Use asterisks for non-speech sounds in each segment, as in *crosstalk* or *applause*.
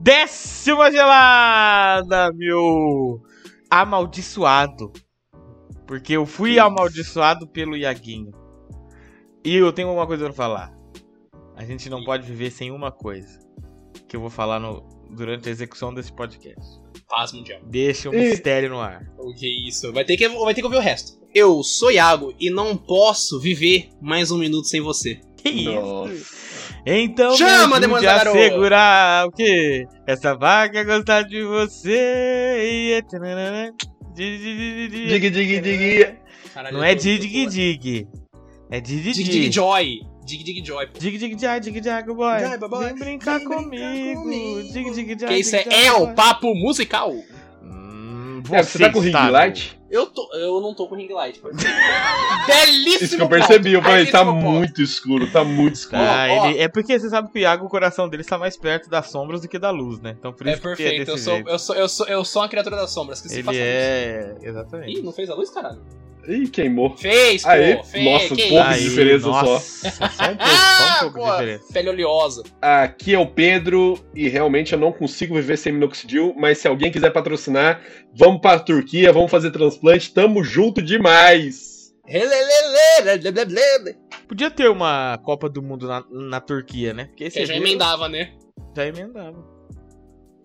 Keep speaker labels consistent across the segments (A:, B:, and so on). A: Décima gelada, meu amaldiçoado. Porque eu fui amaldiçoado pelo Iaguinho. E eu tenho uma coisa pra falar. A gente não pode viver sem uma coisa. Que eu vou falar no, durante a execução desse podcast.
B: Paz mundial.
A: Deixa um mistério no ar.
B: O que é isso? Vai ter que, vai ter que ouvir o resto. Eu sou Iago e não posso viver mais um minuto sem você.
A: Que isso?
C: Nossa.
A: Então,
B: Chama,
A: me
B: demônio
A: ajude
B: da
A: a
B: garoa!
A: segurar o quê? Essa vaca gostar de você. e é tananana, di- di- di- di- di-
C: Dig, dig, dig.
B: Caralho,
A: Não é
B: eu tô- eu
A: dig
B: tô-
A: dig dig. É dig dig
B: Dig Dig Joy. Dig Dig Joy. pô.
A: Dig dig jai, dig jago boy.
B: Jai, boy, boy.
A: Vem brincar
B: Vem brincar
A: comigo.
B: comigo.
A: Dig dig jai.
B: Que isso é,
A: dig, jai,
B: é o
A: boy.
B: papo musical.
A: Hum,
C: É, você tá com o ring
A: no-
C: light?
B: Eu, tô, eu não tô com ring light. *laughs* pô. Belíssimo
C: Isso que eu percebi, eu
B: ponto.
C: falei, tá
B: Belíssimo ponto.
C: muito escuro, tá muito escuro.
A: Tá,
B: Ó, ó.
A: ele- é porque você sabe que o Iago, o coração dele está mais perto das sombras do que da luz, né? Então por
B: É
A: isso que é
B: perfeito,
A: desse
B: eu, sou,
A: jeito.
B: eu, sou, eu, sou, eu sou uma criatura das sombras. Que se
A: Ele
B: faça
A: é. Exatamente.
B: Isso. Ih, não fez a luz, caralho?
C: Ih, queimou.
B: Fez, pô.
C: Aê,
B: fez.
C: nossa,
B: que
C: pouco
B: isso?
C: de diferença
A: nossa, só. um pouco,
B: *laughs* Ah,
A: só um pouco
B: pô,
A: de diferença.
B: Pele oleosa.
C: Aqui é o Pedro e realmente eu não consigo viver sem minoxidil, mas se alguém quiser patrocinar, vamos pra Turquia, vamos fazer transplante, tamo junto demais.
B: Relelele, blé, blé, blé, blé.
A: Podia ter uma Copa do Mundo na, na Turquia, né? Porque esse
B: Que já emendava, né?
A: Já emendava.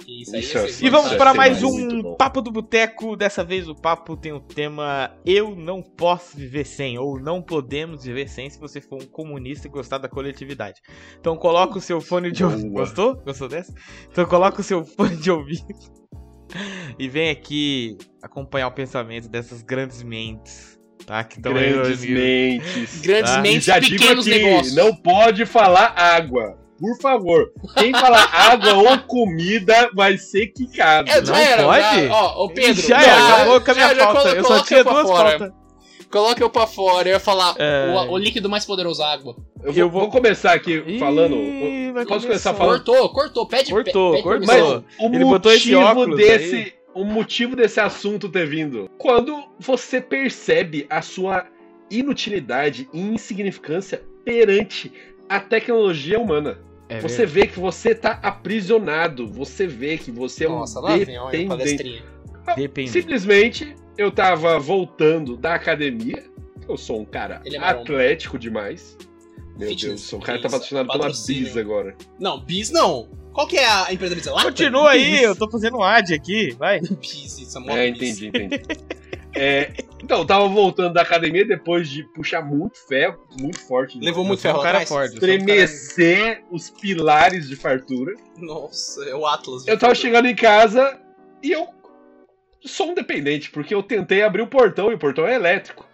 B: Isso aí.
C: Isso
B: ia
C: é
B: ser
A: E vamos
C: Nossa,
A: para
C: esse
A: mais
C: é muito
A: um
C: bom.
A: Papo do Boteco. Dessa vez o papo tem o tema Eu não posso viver sem, ou não podemos viver sem se você for um comunista e gostar da coletividade. Então coloca o seu fone de ouvido.
C: Boa.
A: Gostou? Gostou dessa? Então coloca o seu fone de ouvido e vem aqui acompanhar o pensamento dessas grandes mentes. Tá? Que tão aí
C: Grandes
A: reunidas.
C: mentes.
B: Grandes
A: Tá.
C: E
B: mentes,
C: já digo
B: pequenos
C: aqui,
B: negócios.
C: não pode falar água. Por favor, quem falar água ou comida vai ser
B: *laughs*
C: quicado.
B: É, já
A: Não
B: era,
A: pode?
B: já- ó, ô Pedro,
A: Já
B: não,
A: era, acabou com a minha
B: já- já
A: pauta.
B: colo-
A: eu só
B: coloca
A: tinha
B: pra
A: duas
B: fora.
A: pautas.
B: Coloca eu pra fora, eu ia falar
A: É.
B: o, o líquido mais poderoso, água.
C: Eu vou,
A: eu vou-
C: vou começar aqui falando.
A: Ih, vai
C: posso começar falando?
B: Cortou, cortou, pede
A: Cortou,
B: pede
A: cortou.
B: permissão.
C: Mas o
A: Ele
C: motivo
A: botou esse óculos
C: desse.
A: aí.
C: O motivo desse assunto ter vindo. Quando você percebe a sua inutilidade e insignificância perante a tecnologia humana.
A: É
C: você vê que você tá aprisionado. Você vê que você é um
B: Nossa, lá vem, olha, a
C: dependente.
B: palestrinha.
A: Depende.
C: Simplesmente, eu tava voltando da academia. Eu sou um cara
B: Ele é maromba.
C: atlético demais. Meu
B: Fitness,
C: Deus, sou um cara que tá
B: beleza,
C: patrocinado pela
B: patrocínio.
C: Bis agora.
B: Não, bis não. Qual que é a empresa bis? Lacta?
A: Continua *laughs* aí, eu tô fazendo um ad aqui, vai.
B: *laughs* Bis, isso é mó
C: É,
B: bis.
C: entendi, entendi. É, então, eu tava voltando da academia depois de puxar muito ferro, muito forte.
B: Levou muito
A: Eu sou
B: ferro
A: um cara
B: atrás?
A: forte, eu sou um
C: Estremecer os pilares de fartura.
B: Nossa, é o Atlas.
C: Eu tava chegando em casa e eu sou um dependente, porque eu tentei abrir o portão e o portão é elétrico.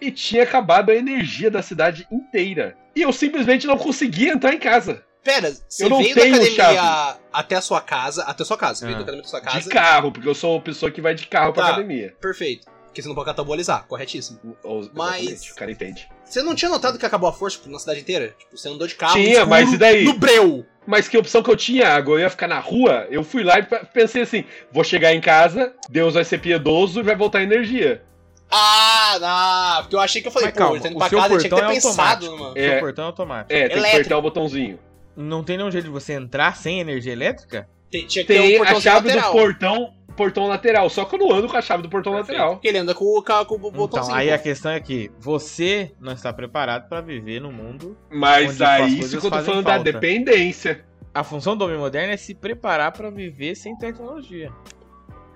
C: E tinha acabado a energia da cidade inteira. E eu simplesmente não conseguia entrar em casa.
B: Pera, você
C: Eu não
B: veio da
C: tenho
B: academia
C: chave.
B: até a sua casa, até a sua casa, você veio
A: Ah.
B: da academia da sua casa,
C: De carro, porque eu sou uma pessoa que vai de carro pra
B: Tá.
C: academia.
B: perfeito. Porque você não pode catabolizar, corretíssimo.
C: Ou-
B: Mas-
C: exatamente, O cara entende.
B: Você não tinha notado que acabou a força na cidade inteira? Tipo, você andou de carro,
C: Tinha,
B: no escuro,
C: mas e daí?
B: no breu.
C: Mas que opção que eu tinha, água? Eu ia ficar na rua? Eu fui lá e pe- pensei assim: vou chegar em casa, Deus vai ser piedoso e vai voltar a energia.
B: Ah, ah, porque eu achei que eu falei,
A: Mas
B: pô,
A: calma,
B: ele tá indo
A: o
B: pra
A: seu
B: casa, ele tinha que ter
A: portão é
B: pensado
A: automático.
B: numa...
C: É.
A: Seu portão é automático.
C: É, tem que
B: Elétrico.
C: apertar o botãozinho.
A: Não tem nenhum jeito de você entrar sem energia elétrica?
B: Tem- Tinha que ter
C: Tem
B: um
C: a
B: portãozinho
C: chave
B: lateral.
C: do portão, portão lateral. Só que eu não ando com a chave do portão
B: Perfeito.
C: lateral.
B: Porque ele anda com o, ca- com o botãozinho.
A: então, aí a questão é que você não está preparado pra viver no mundo.
C: Mas
A: Onde as
C: aí,
A: coisas
C: isso que eu tô
A: fazem
C: falando
A: falta.
C: da dependência.
A: A função do homem moderno é se preparar pra viver sem tecnologia.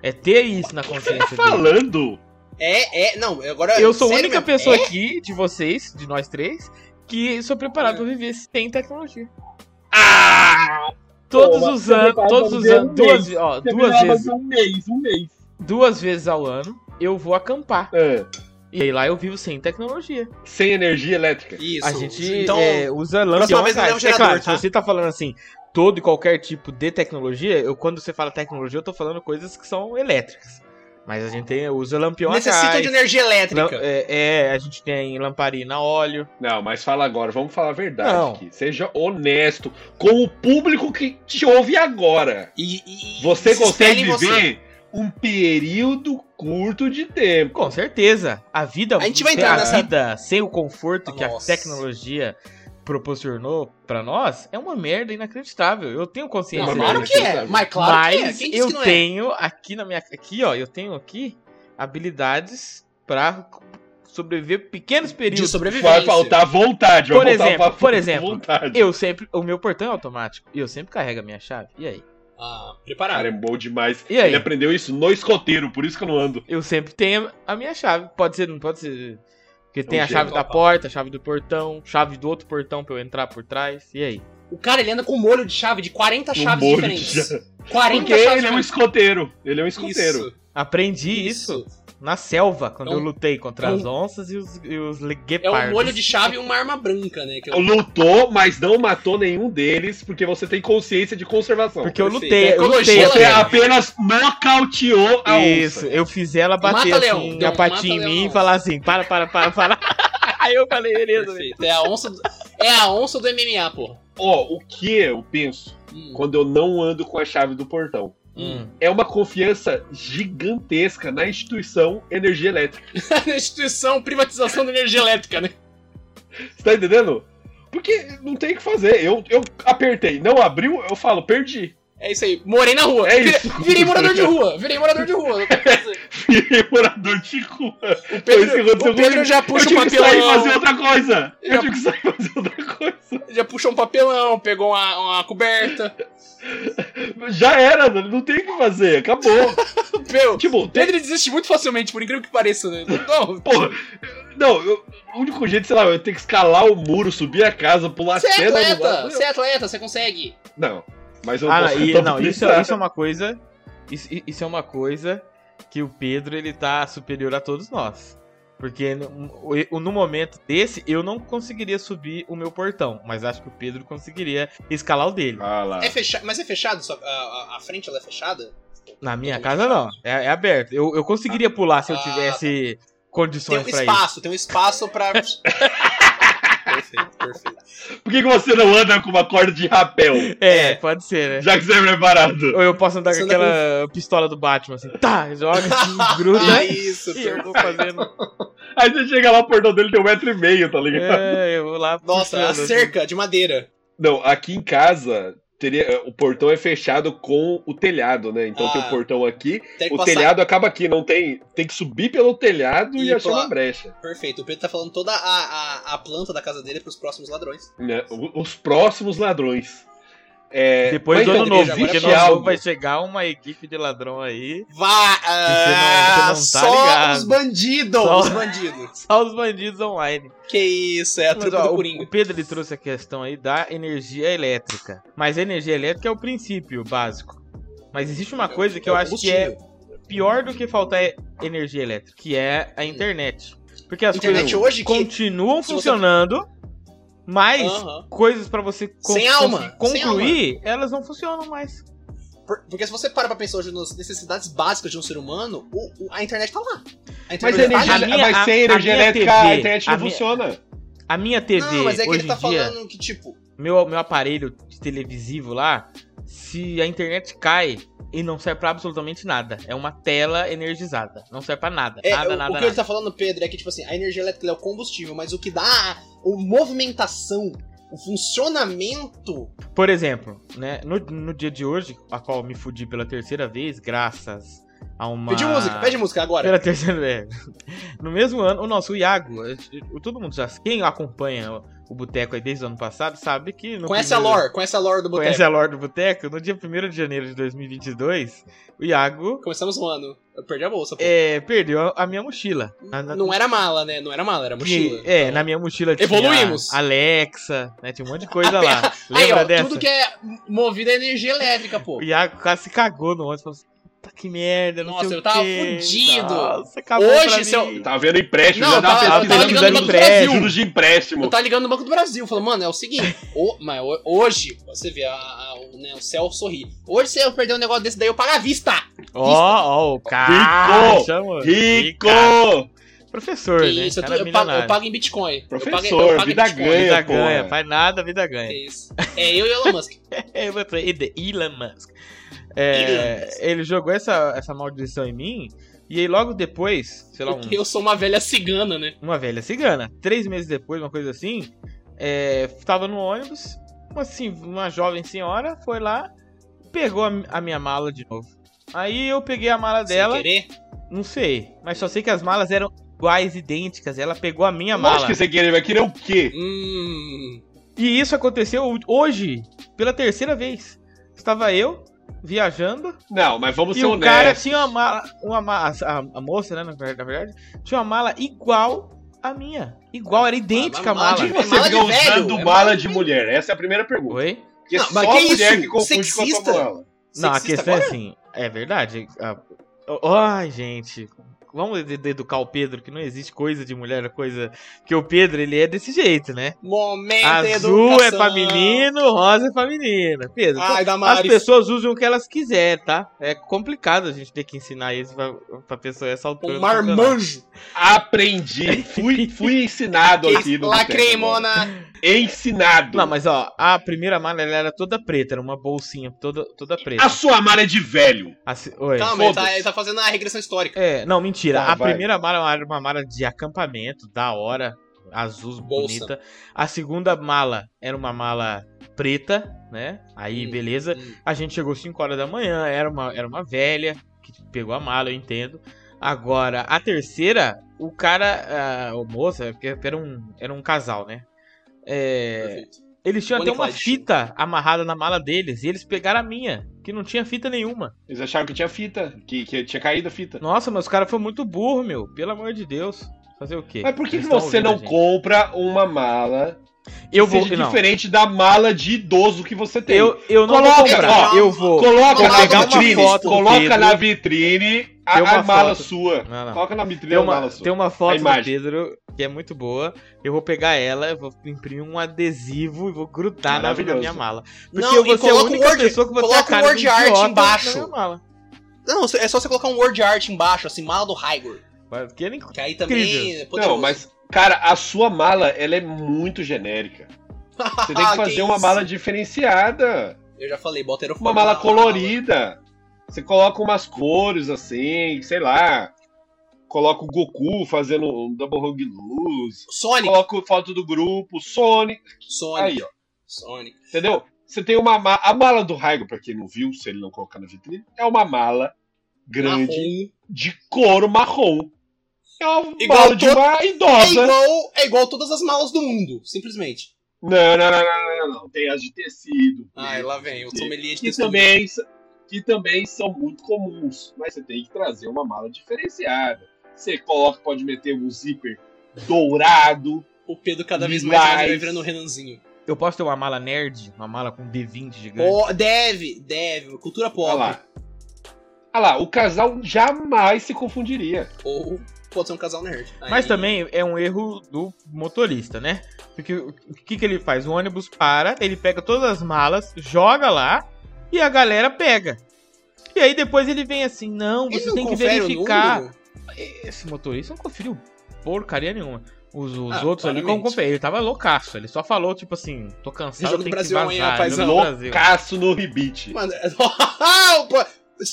A: É ter isso
B: tá
A: na consciência dele.
C: tá Falando.
B: É, é, não, agora...
A: Eu sou a
B: sério
A: única
B: mesmo,
A: pessoa
B: é?
A: aqui, de vocês, de nós três, que sou
B: É.
A: preparado pra viver sem tecnologia.
C: Ah!
A: Todos
C: mas
A: os
C: você
A: anos,
C: vai
A: todos os
C: viver
A: anos,
C: um
A: duas,
C: mês.
A: ve- ó,
C: Você
A: duas
C: precisava
A: vezes,
C: de um mês, um mês.
A: duas vezes ao ano, eu vou acampar.
C: Ah,
A: E aí lá eu vivo sem tecnologia.
C: sem energia elétrica.
B: é Isso.
A: A gente
B: então,
A: é, usa lampião
B: próxima
A: a
B: vez eu levo
A: gás. É
B: gerador,
A: claro,
B: tá?
A: se você tá falando assim, todo e qualquer tipo de tecnologia, eu quando você fala tecnologia, eu tô falando coisas que são elétricas. Mas a gente tem, usa lampião a
B: necessita
A: gás.
B: de energia
A: lam-
B: elétrica.
A: é, é, a gente tem lamparina a óleo.
C: Não, mas fala agora, vamos falar a verdade
A: Não.
C: aqui. Seja honesto com o público que te ouve agora.
B: E- e- e
C: Você
B: se espelha
C: consegue
B: em
C: viver
B: você.
C: um período curto de tempo.
A: Com certeza. A vida,
B: A gente vai
A: sem-
B: entrar
A: a
B: nessa-
A: vida sem o conforto que a
B: Nossa.
A: tecnologia proporcionou pra nós é uma merda inacreditável. Eu tenho consciência.
C: Não,
A: disso.
C: merda
B: claro que é.
C: inacreditável.
B: Mas claro que é.
A: né? Mas
B: Quem disse
A: eu
B: que não é?
A: tenho aqui na minha. Aqui, ó, eu tenho aqui habilidades pra sobreviver pequenos
B: De
A: períodos.
B: sobrevivência.
C: Vai faltar vontade.
A: Por
C: vai faltar
A: exemplo,
C: va-
A: por exemplo,
C: Vontade.
A: Eu sempre. O meu portão é automático. E eu sempre carrego a minha chave. E aí?
B: Ah,
C: Cara, é
B: preparado.
C: bom demais.
A: E aí?
C: Ele aprendeu isso no escoteiro, por isso que eu não ando.
A: Eu sempre tenho a minha chave. Pode ser, não pode ser. Porque tem a
C: gênio.
A: chave da porta, a chave do portão, chave do outro portão pra eu entrar por trás. E aí?
B: O cara, ele anda com um molho de chave de
A: Um
B: 40
C: No
B: chaves
C: molho de
B: diferentes.
C: chave.
B: 40
C: Porque
B: chaves
C: ele é um escoteiro. Ele é um escoteiro.
B: Isso,
A: Aprendi isso,
B: isso.
A: na selva, quando
B: Então-
A: eu lutei contra
B: então-
A: as onças e os, e os
B: É
A: guepardos.
B: um molho de chave e uma arma branca, né? *laughs* Que é o-
C: Lutou, mas não matou nenhum deles, porque você tem consciência de conservação.
A: Porque eu
B: Perfeito.
A: lutei, eu lutei.
B: Ecologia,
A: a
C: Você
B: Ela-
A: fera.
C: apenas nocauteou a
A: Isso,
C: onça.
A: eu fiz ela bater
B: Mata, Leão.
A: assim,
B: Não,
A: a patinha em
B: mata,
A: mim
B: Leão,
A: e falar assim, para, para, para, para. *laughs* Aí eu falei, beleza. velho.
B: Perfeito. É a onça do... É a onça do MMA, porra.
C: Ó, o que eu penso
B: Hum, *laughs*
C: quando eu não ando com a chave do portão?
B: hum.
C: É uma confiança gigantesca na instituição energia elétrica.
B: Na instituição, privatização da energia elétrica, né?
C: Você tá entendendo? Porque não tem o que fazer. Eu, eu apertei, não abriu, eu falo, perdi.
B: É isso aí. Morei na rua.
C: É
B: Virei-
C: isso.
B: Virei morador de rua. Virei morador de rua.
C: Virei *laughs* morador de rua.
B: O
C: Foi isso que
B: Pedro,
C: aconteceu
B: o Pedro
C: comigo.
B: já
C: Eu
B: puxa o
C: tive que sair e
B: papelão.
C: fazer outra coisa. Eu
B: Já-
C: tive que sair e fazer outra coisa.
B: Já puxou um papelão, pegou uma, uma coberta.
C: Já era, mano, não tem o que
B: *laughs*
C: fazer, acabou.
B: *laughs* Meu,
C: tipo,
B: o
C: tem-
B: Pedro desiste muito facilmente, por incrível que pareça, né? *laughs* Não,
C: Porra, não, eu- o único jeito, sei lá, eu tenho que escalar o muro, subir a casa, pular
B: você é
C: cena.
B: atleta,
C: não-
B: você é atleta, você consegue.
C: Não, mas eu *laughs* não
A: Ah,
C: posso
A: e,
C: cantar
A: não, isso,
C: publicidade.
A: isso é uma coisa. Isso, isso é uma coisa que o Pedro ele tá superior a todos nós. Porque no, o- no momento desse, eu não conseguiria subir o meu portão. Mas acho que o Pedro conseguiria escalar o dele.
C: Ah lá.
B: É fecha... Mas é fechado? só- A, a- a frente ela é fechada?
A: Na minha casa, não. É, é aberto. Eu, eu conseguiria pular se eu
B: Ah,
A: tivesse
B: Tem
A: condições
B: um
A: pra isso.
B: espaço, tem um espaço pra.
C: *laughs*
B: perfeito, perfeito.
C: Por que, que você não anda com uma corda de rapel?
A: *laughs* É, pode ser, né?
C: Já que você é preparado.
A: Ou eu posso andar
B: Você
A: com
B: anda
A: aquela pistola do Batman, assim, tá, joga, assim, gruda,
B: *laughs* é Isso,
A: e eu vou
B: perfeito.
A: fazendo.
C: Aí você chega lá, o portão dele tem um metro e meio, tá ligado?
A: É, eu vou lá.
B: Nossa, a
A: puxando, assim.
B: cerca de madeira.
C: Não, aqui em casa, teria, o portão é fechado com o telhado, né? Então
B: Ah.
C: tem o portão aqui,
B: Tem que
C: o
B: passar.
C: telhado acaba aqui, não tem. Tem que subir pelo telhado e,
B: E
C: achar
B: pular.
C: uma brecha.
B: Perfeito. O Pedro tá falando toda a, a, a planta da casa dele pros próximos ladrões.
C: né? O- Os próximos ladrões. É,
A: Depois
C: mas
A: do ano
C: então,
A: novo,
B: igreja,
A: porque
C: existe
A: no ano novo
C: algo.
A: vai chegar uma equipe de ladrão aí.
B: Vá! ah,
A: você não tá
B: só
A: ligado.
B: os bandidos!
A: Só-
B: Os bandidos.
A: Só os bandidos online.
B: Que isso, é a
A: Mas,
B: trupe
A: ó,
B: do
A: o-
B: Coringa.
A: o Pedro ele trouxe a questão aí da energia elétrica. Mas a energia elétrica é o princípio básico. Mas existe uma coisa que eu acho que é pior do que faltar e- energia elétrica, que é a internet. Porque as
B: Internet
A: coisas
B: hoje que.
A: continuam
B: se você- Ah.
A: funcionando, mas
B: Aham.
A: coisas pra você con-
B: Sem alma,
A: conseguir
B: sem
A: concluir, elas não funcionam mais.
B: Por- porque se você para pra pensar hoje nas necessidades básicas de um ser humano, o- o- a internet tá lá. A internet
C: Mas,
B: tá
A: energia-
C: a energia,
A: a minha-
C: mas sem
A: a- a
C: energia
A: minha
C: elétrica,
A: TV,
C: a internet não
A: a minha-
C: funciona.
A: A minha TV,
B: Não, mas é que
A: hoje
B: ele tá
A: em dia,
B: falando que, tipo,
A: meu, meu aparelho de televisivo lá, se a internet cai e não serve pra absolutamente nada. É uma tela energizada. Não serve pra nada.
B: é,
A: nada,
B: o, o
A: nada,
B: que ele
A: nada.
B: tá falando, Pedro, é que, tipo assim, a energia elétrica ela é o combustível, mas o que dá a, a movimentação, o funcionamento.
A: Por exemplo, né? No, no dia de hoje, a qual eu me fudi pela terceira vez, graças a uma.
B: Pede música, pede música agora.
A: Pela terceira vez. *laughs* No mesmo ano, o nosso Iago, eh, todo mundo já. Quem acompanha o- o Boteco aí desde o ano passado sabe que. no
B: Conhece a
A: primeiro-
B: lore, conhece a lore do boteco.
A: Conhece a lore do Boteco? No dia 1 de janeiro de 2022, o Iago
B: Começamos o ano. Eu perdi a bolsa, pô.
A: eh, perdeu a- a minha mochila. Na- na-
B: Não era mala, né? Não era mala, era mochila.
A: que- é, na minha mochila tinha
B: Evoluímos.
A: Alexa, né? Tinha um monte de coisa lá.
B: *laughs* Aí,
A: Lembra
B: ó,
A: dessa?
B: tudo que é movido é energia elétrica, pô.
A: O Iago quase se cagou no ônibus. Falou assim, puta que merda, não
B: Nossa,
A: sei
B: eu
A: o
B: tava
A: quê.
B: fudido.
A: Nossa, acabou
B: Hoje,
A: pra
B: se eu-
A: mim.
C: Tá vendo empréstimo,
B: Não,
C: já
B: tá-
C: tava
A: tá
C: pesquisando
A: ligando
C: juros-
A: no Brasil.
C: juros de empréstimo.
B: Eu tava ligando no Banco do Brasil, falando, mano, é
A: *laughs*
B: o seguinte, o- mas ho- hoje, você vê, a- a- o, né, o céu sorri. Hoje, se eu perder um negócio desse daí, eu pago à vista!
A: Ó, ó, o cara. chama-
C: Rico!
A: Professor,
B: Que
A: né?
B: isso, eu,
A: cara
B: tu- eu pago,
A: milionário.
B: eu pago em Bitcoin. eu pago,
C: Professor, vida
B: Bitcoin.
C: ganha.
A: Vida
C: porra.
A: ganha, faz nada, vida ganha.
B: É isso. É eu e o Elon
C: *laughs*
B: Musk.
A: É, vai pra- Ede- Elon Musk. É,
B: Elon Musk.
A: Ele jogou essa, essa maldição em mim, e aí logo depois, sei lá, um-
B: Porque eu sou uma velha cigana, né?
A: uma velha cigana, três meses depois, uma coisa assim, é, tava no ônibus, uma, assim, uma jovem senhora foi lá, pegou a, mi- a minha mala de novo. Aí eu peguei a mala dela,
B: Sem querer?
A: não sei, mas só sei que as malas eram iguais, idênticas. Ela pegou a minha mala.
C: Acho que você querer, vai querer o quê?
B: Hum.
A: E isso aconteceu hoje, pela terceira vez. Estava eu viajando
C: Não, mas vamos
A: e
C: ser
A: o cara
C: honestos.
A: tinha uma mala, uma mala a, a moça, né, na ver- na verdade, tinha uma mala igual à minha. Igual, era idêntica a
B: mas mala
A: mala.
C: Por que você
B: mala de
C: fica
B: velho,
C: usando
B: é
C: mala
B: mala
C: de
B: de
C: mulher? Essa é a primeira pergunta.
A: Oi?
C: Porque
B: Não,
C: só
B: mas que
C: mulher
B: isso?
C: que confunde com
B: Sexista?
C: a sua mala.
A: Não, a
B: Sexista
A: questão é
B: agora?
A: assim, é verdade. a- o- Ai, gente, vamos ed- educar o Pedro que não existe coisa de mulher, coisa que o Pedro ele é desse jeito, né?
B: Momento
A: Azul é
B: educação. Ah,
A: pra menino, rosa é pra menina. Pedro, então,
B: Ai, da
A: As
B: Mari.
A: pessoas usam o que elas quiserem, tá? É complicado a gente ter que ensinar isso pra, pra pessoa essa altura.
B: Um
A: do campeonato.
B: marmanjo.
C: Aprendi. Fui,
B: *laughs*
C: fui ensinado aqui tá no.
B: Lacrimona.
C: Ensinado.
A: Não, mas ó, a primeira mala ela era toda preta, era uma bolsinha toda, toda preta.
C: A sua mala é de velho.
A: Assim, oi.
B: Calma, ele tá,
C: Foda-se.
B: ele tá fazendo a regressão histórica.
A: É, não, mentira.
C: Tá,
A: a
C: vai.
A: primeira mala era uma mala de acampamento, da hora, azul,
B: Bolsa.
A: bonita. A segunda mala era uma mala preta, né? Aí,
B: Hum.
A: beleza. A gente chegou 5 horas da manhã, era uma, era uma velha que pegou a mala, eu entendo. Agora, a terceira, o cara, ah, o moço, é porque era um, era um casal, né? É,
B: Perfeito.
A: eles tinham até
B: Bonnie
A: uma
B: Clyde.
A: fita amarrada na mala deles e eles pegaram a minha, que não tinha fita nenhuma.
C: Eles acharam que tinha fita, que, que tinha caído a fita.
A: Nossa, mas os caras foram muito burro, meu. Pelo amor de Deus. Fazer o quê?
C: Mas por que,
A: Eles
C: que
A: tão
C: você
A: ouvindo a
C: não
A: gente.
C: compra uma mala
A: Eu
C: que
A: vou.
C: seja
A: Não.
C: diferente da mala de idoso que você tem?
A: Eu, eu não
C: Coloca,
A: vou comprar.
C: ó,
A: eu vou.
C: Coloca
B: Coloca
C: na
B: uma
C: vitrine,
A: foto do
C: coloca
A: Pedro.
C: na vitrine
A: Tem
C: a, a
A: uma
C: mala
A: foto.
C: sua.
A: Não, não.
C: Coloca na vitrine
A: Tem
C: a
A: uma,
C: mala
A: tem
C: sua.
A: uma
C: A
A: foto do
C: imagem.
A: Pedro que é muito boa. Eu vou pegar ela, eu vou imprimir um adesivo e vou grudar na na
C: Maravilhoso.
A: minha mala. Porque
B: Não,
A: eu
B: e
A: vou ser a
B: coloca um
A: única
B: Word-
A: pessoa que vou ter a
B: coloca um
A: cara
B: Word
A: de
B: Art
A: idiota
B: embaixo.
A: na minha mala.
B: Não, é só você colocar um word art embaixo, assim, mala do Raigor.
A: Mas que nem-
B: Que aí também é poderoso.
C: Não, mas, cara, a sua mala, ela é muito genérica.
B: *laughs*
C: Você tem que fazer uma
B: Ah, isso?
C: mala diferenciada.
B: Eu já falei, boterofone.
C: Uma mala colorida. Você coloca umas cores assim, sei lá. Coloca o Goku fazendo um Double Hug Luz.
B: Sonic.
C: Coloca foto do grupo, Sonic.
B: Sonic.
C: Aí, ó.
B: Sonic.
C: Entendeu? Você tem uma mala. A mala do Raigo, pra quem não viu, se ele não colocar na vitrine, é uma mala grande
B: Marrom.
C: de couro marrom. É uma
B: Igual
C: mala de
B: todo-
C: uma
B: É
C: idosa.
B: igual, é igual todas as malas do mundo, simplesmente.
C: Não, não, não, não, não, não, não. Tem as de tecido.
B: Ai, lá vem, o sommelier de
C: que
B: textura.
C: também, que também são muito comuns, mas você tem que trazer uma mala diferenciada. Você coloca, pode meter um zíper dourado.
B: O Pedro cada vez
C: Demais.
B: mais vai virando o Renanzinho.
A: Eu posso ter uma mala nerd, uma mala com B20 gigante.
B: Ó, deve, deve. Cultura
C: Né? Olha
B: pop.
C: lá. Olha lá, o casal jamais se confundiria.
B: Ou pode ser um casal nerd. Aí-
A: Mas também é um erro do motorista, né? Porque o o que, que ele faz? O ônibus para, ele pega todas as malas, joga lá e a galera pega. E aí depois ele vem assim, não,
B: Ele
A: você
B: não
A: tem que
B: confere o
A: verificar.
B: número?
A: Esse motorista não conferiu porcaria nenhuma. Os, os
B: Ah,
A: outros ali como
B: claramente.
A: conferiam. Ele tava loucaço. Ele só falou, tipo assim, tô cansado,
B: Jogo
A: eu
B: do
A: tenho que
B: Brasil
A: vazar.
B: amanhã,
A: Jogo do
B: paizão.
A: Brasil.
C: Loucaço no ribite.
B: Mano, é- *laughs* Opa!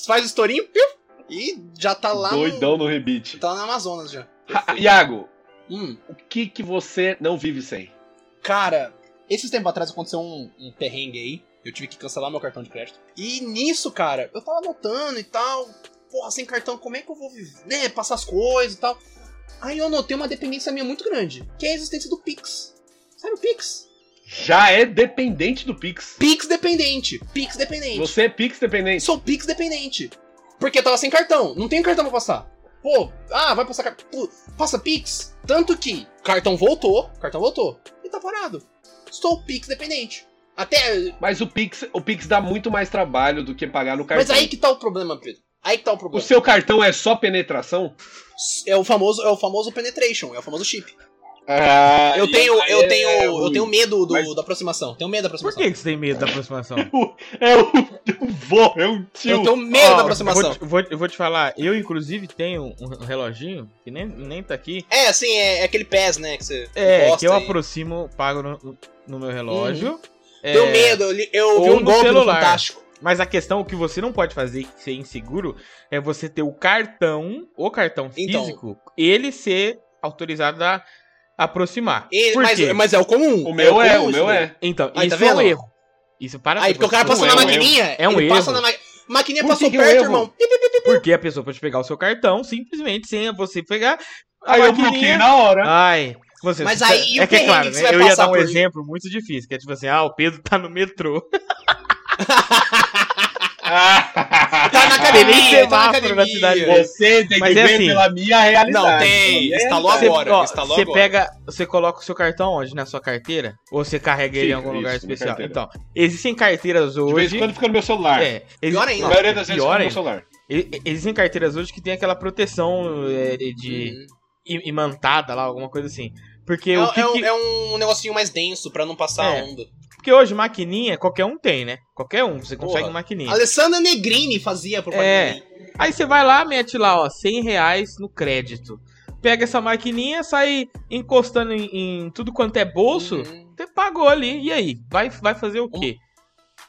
B: faz o estourinho piu, e já tá lá no-
C: Doidão no ribite.
B: Tá na Amazonas já.
C: Ha- Iago,
B: Hum,
C: o que, que você não vive sem?
B: cara, esses tempos atrás aconteceu um, um perrengue aí. Eu tive que cancelar meu cartão de crédito. E nisso, cara, eu tava anotando e tal. Porra, sem cartão, como é que eu vou viver, né, passar as coisas e tal. Aí eu anotei uma dependência minha muito grande, que é a existência do Pix. Sabe o Pix?
C: Já é dependente do Pix.
B: Pix dependente. Pix dependente.
C: Você é Pix dependente.
B: Sou Pix dependente. Porque eu tava sem cartão. Não tem cartão pra passar. Pô, ah, vai passar cartão. Passa Pix. Tanto que cartão voltou. Cartão voltou. E tá parado. Estou Pix dependente. Até.
C: Mas o Pix, o Pix dá muito mais trabalho do que pagar no cartão.
B: Mas aí que tá o problema, Pedro. Aí que tá o
C: O
B: problema.
C: seu cartão é só penetração?
B: É o famoso, é o famoso penetration, é o famoso chip.
C: Ah,
B: Eu
C: e
B: tenho,
C: aí
B: eu
C: é
B: tenho, eu
C: ruim.
B: tenho medo do-
C: Mas-
B: da aproximação. Tenho medo da
A: Por
B: aproximação.
A: que, que você tem medo da aproximação?
C: É um vô, é um
B: Eu
C: tio.
B: tenho *laughs* medo
A: Ó,
B: da aproximação.
A: Ah, Eu vou, te- vou te- eu vou te falar, eu inclusive tenho um reloginho, que nem, nem tá aqui,
B: É, assim, é, é aquele PES, né, que você
A: É,
B: encosta
A: que eu
B: e-
A: aproximo, pago no, no meu relógio. É,
B: Tenho Uhum. medo, eu, li- eu vi
A: Ou
B: um
A: no
B: golpe no
A: celular.
B: Fantástico.
A: Mas a questão, o que você não pode fazer e ser inseguro é você ter o cartão, o cartão
B: Então.
A: físico, ele ser autorizado a aproximar.
B: E-
A: Por
B: mas,
A: quê?
B: mas é o comum.
C: O meu é,
B: comum
C: o
B: isso
C: meu
B: daí.
C: é.
A: Então,
B: Aí,
A: isso é
B: tá
A: um
B: vendo?
A: erro. Isso para
B: Aí,
A: pra
B: porque o cara
A: pensar.
B: passa
C: um
B: na
C: erro,
B: maquininha.
A: é um
B: ele Passa
A: erro.
B: na ma... Maquininha
C: Por
B: passou
C: que que é um
B: perto,
C: erro?
B: irmão.
A: Porque a pessoa pode pegar o seu cartão simplesmente sem você pegar a
C: Aí eu né?
A: maquininha.
C: bloqueei na hora.
A: Ai, você,
B: Mas aí, e o
A: é que é
B: perrengue
A: claro,
B: que você
A: né?
B: vai
A: Eu ia
B: passar
A: dar um
B: por-
A: exemplo muito difícil, que é tipo assim, ah, o Pedro tá no metrô.
C: Ah.
B: Tá na
A: nem
B: academia, tá na
A: semáforo na cidade
B: academia.
A: dele.
C: Você tem
A: Mas
C: que
A: é
C: ver
A: assim.
C: pela minha realidade. É, tá.
B: Não, tem.
C: Pela minha
B: Instalou
C: realidade.
B: agora,
A: ó,
B: instalou
A: você
B: agora.
A: pega, você coloca o seu cartão onde? Na sua carteira? Ou você carrega ele
C: Sim,
A: em algum
C: isso,
A: lugar
C: na
A: especial?
C: carteira.
A: Então, existem carteiras
C: De vez em
A: hoje.
C: quando fica no meu celular.
A: É,
B: Pior ainda.
C: A maioria das vezes
A: pior é
C: fica no meu
A: ainda.
C: celular.
A: E- Existem carteiras hoje que tem aquela proteção é, de im- imantada lá, alguma coisa assim. Porque
B: É,
A: o que
B: é um-
A: que-
B: é um negocinho mais denso pra não passar
A: É.
B: a onda.
A: porque hoje maquininha qualquer um tem, né? Qualquer um, você consegue
B: Porra.
A: uma maquininha.
B: Alessandra Negrini fazia por
A: É. Aí você vai lá, mete lá, ó, 100 reais no crédito. Pega essa maquininha, sai encostando em, em tudo quanto é bolso,
B: Uhum.
A: você pagou ali. E aí? Vai, vai fazer o quê?
B: Um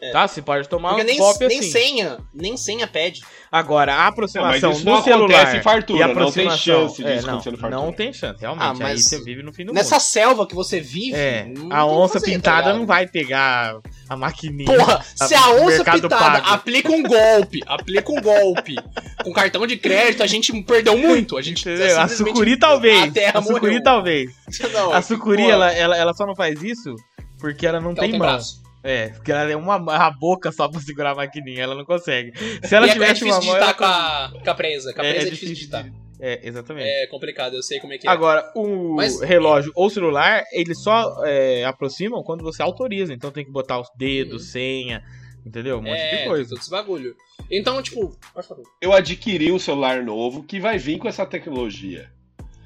B: É.
A: Tá? Você pode tomar
B: Porque
A: um
B: nem,
A: golpe
B: nem
A: assim.
B: senha, nem senha pede.
A: Agora, a
C: Não, mas
A: aproximação
C: isso não
A: no celular.
C: acontece em fartura,
A: e a
C: não tem
A: aproximação.
C: chance
A: é,
C: disso
A: não,
C: acontecer no fartura.
A: não tem chance, realmente.
B: Ah, mas
A: Aí você vive no fim do
B: Nessa
A: mundo.
B: selva que você vive,
A: É,
B: não tem
A: a
B: o que
A: onça
B: fazer, tá
A: pintada
B: ligado?
A: não vai pegar a maquininha. *laughs*
B: Porra, se a onça
A: Mercado
B: pintada
A: Pago.
B: aplica um golpe, aplica um golpe com cartão de crédito, a gente perdeu muito. A gente
A: Entendeu? A
B: é simplesmente-
A: sucuri talvez.
B: A terra
A: a sucuri
B: morreu.
A: talvez.
B: *laughs* Não,
A: A sucuri,
B: porra,
A: ela, ela, ela só não faz isso porque ela não
B: ela
A: tem, mão.
B: braço.
A: É, porque ela é uma a boca só pra segurar a maquininha, ela não consegue. Se ela
B: E é- é
A: tivesse
B: difícil
A: uma mão, ela...
B: digitar com a, com a presa. Com a presa é, difícil digitar.
A: de- É, exatamente.
B: É complicado, eu sei como é que é.
A: Agora, o
B: Mas-
A: relógio ou celular, eles só é, aproximam quando você autoriza. Então tem que botar os dedos, senha, entendeu? Um monte
B: é,
A: de coisa.
B: todo esse bagulho. Então, tipo, pode falar.
C: Eu adquiri um celular novo que vai vir com essa tecnologia.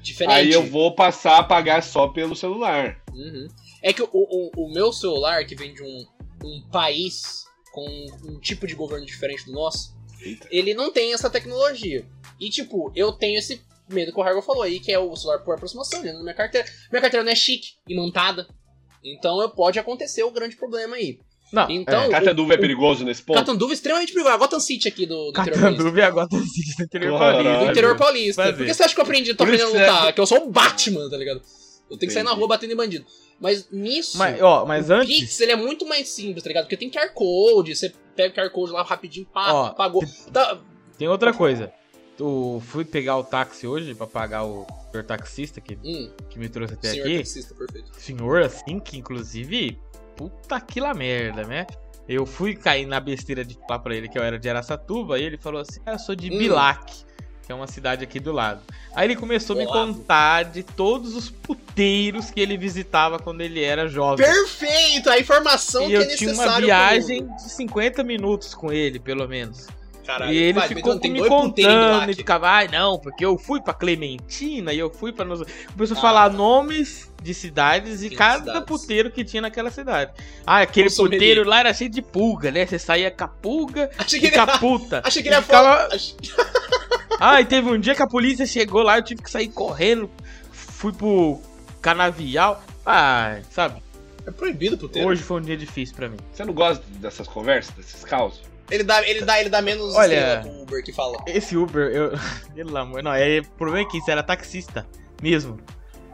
B: diferente.
C: Aí eu vou passar a pagar só pelo celular.
B: Uhum. É que o, o, o meu celular, que vem de um, um país com um tipo de governo diferente do nosso,
C: Eita.
B: ele não tem essa tecnologia. E, tipo, eu tenho esse medo que o Hargo falou aí, que é o celular por aproximação dentro da minha carteira. Minha carteira não é chique, imantada. Então eu- pode acontecer o grande problema aí.
A: Não,
B: Então,
A: é.
C: Catanduva é perigoso nesse ponto?
B: Catanduva é extremamente perigoso. A Gotham City aqui do, do interior paulista.
A: Catanduva e agora tem sítio do assim, interior
C: Caralho.
B: Do
A: paulista.
B: interior paulista.
A: Fazer.
B: Por que você acha que eu aprendi? Tô
C: Por isso
B: aprendendo a
C: é-
B: lutar, que eu sou o Batman, tá ligado? Eu tenho que sair na
C: Entendi.
B: rua batendo em bandido. Mas nisso.
A: Mas, ó, mas
B: O
A: antes.
B: Pix, ele é muito mais simples, tá ligado? Porque tem QR Code, você pega o QR Code lá rapidinho, pá,
A: Ó,
B: pagou. Tá,
A: Tem outra coisa. Eu fui pegar o táxi hoje pra pagar o senhor taxista que,
B: hum,
A: que me trouxe até
B: senhor
A: aqui.
B: taxista, perfeito.
A: Senhor, assim, que inclusive. Puta que lá merda, né? Eu fui cair na besteira de falar pra ele que eu era de Araçatuba e ele falou assim: ah, eu sou de
B: Hum.
A: Bilac, que é uma cidade aqui do lado. Aí ele começou a me
B: Bolado.
A: contar de todos os puteiros que ele visitava quando ele era jovem.
B: Perfeito! A informação
A: E
B: que é
A: eu tinha
B: necessária.
A: uma
B: pro-
A: viagem de 50 minutos com ele, pelo menos.
B: Caralho,
A: E ele
B: vai,
A: ficou
B: Betão, tem
A: me
B: dois ponteiros lá
A: contando e
B: aqui.
A: ficava, ai não, porque eu fui pra Clementina e eu fui pra. Nos... Começou a
B: Ah,
A: falar
B: tá.
A: nomes de cidades e
B: Que
A: cada
B: cidades.
A: puteiro que tinha naquela cidade. Ah, aquele
B: Com sommelier.
A: puteiro lá era cheio de pulga, né? Você saía com a
B: *laughs*
A: pulga
B: *laughs* Achei que
A: e
B: ele
A: com a
B: ia.
A: puta.
B: *laughs* Achei que ele ia
A: E ficava- *laughs*
B: falar. Achei-
A: Ai, teve um dia que a polícia chegou lá, eu tive que sair correndo, fui pro canavial. Ai, sabe,
B: É proibido pro ter.
A: hoje foi um dia difícil pra mim.
C: Você não gosta dessas conversas, desses causos?
B: Ele dá, ele dá, ele dá menos
A: Olha-
B: estrela pro Uber que fala.
A: Esse Uber, eu. *laughs* Pelo amor, não, é, o problema é que isso era taxista mesmo.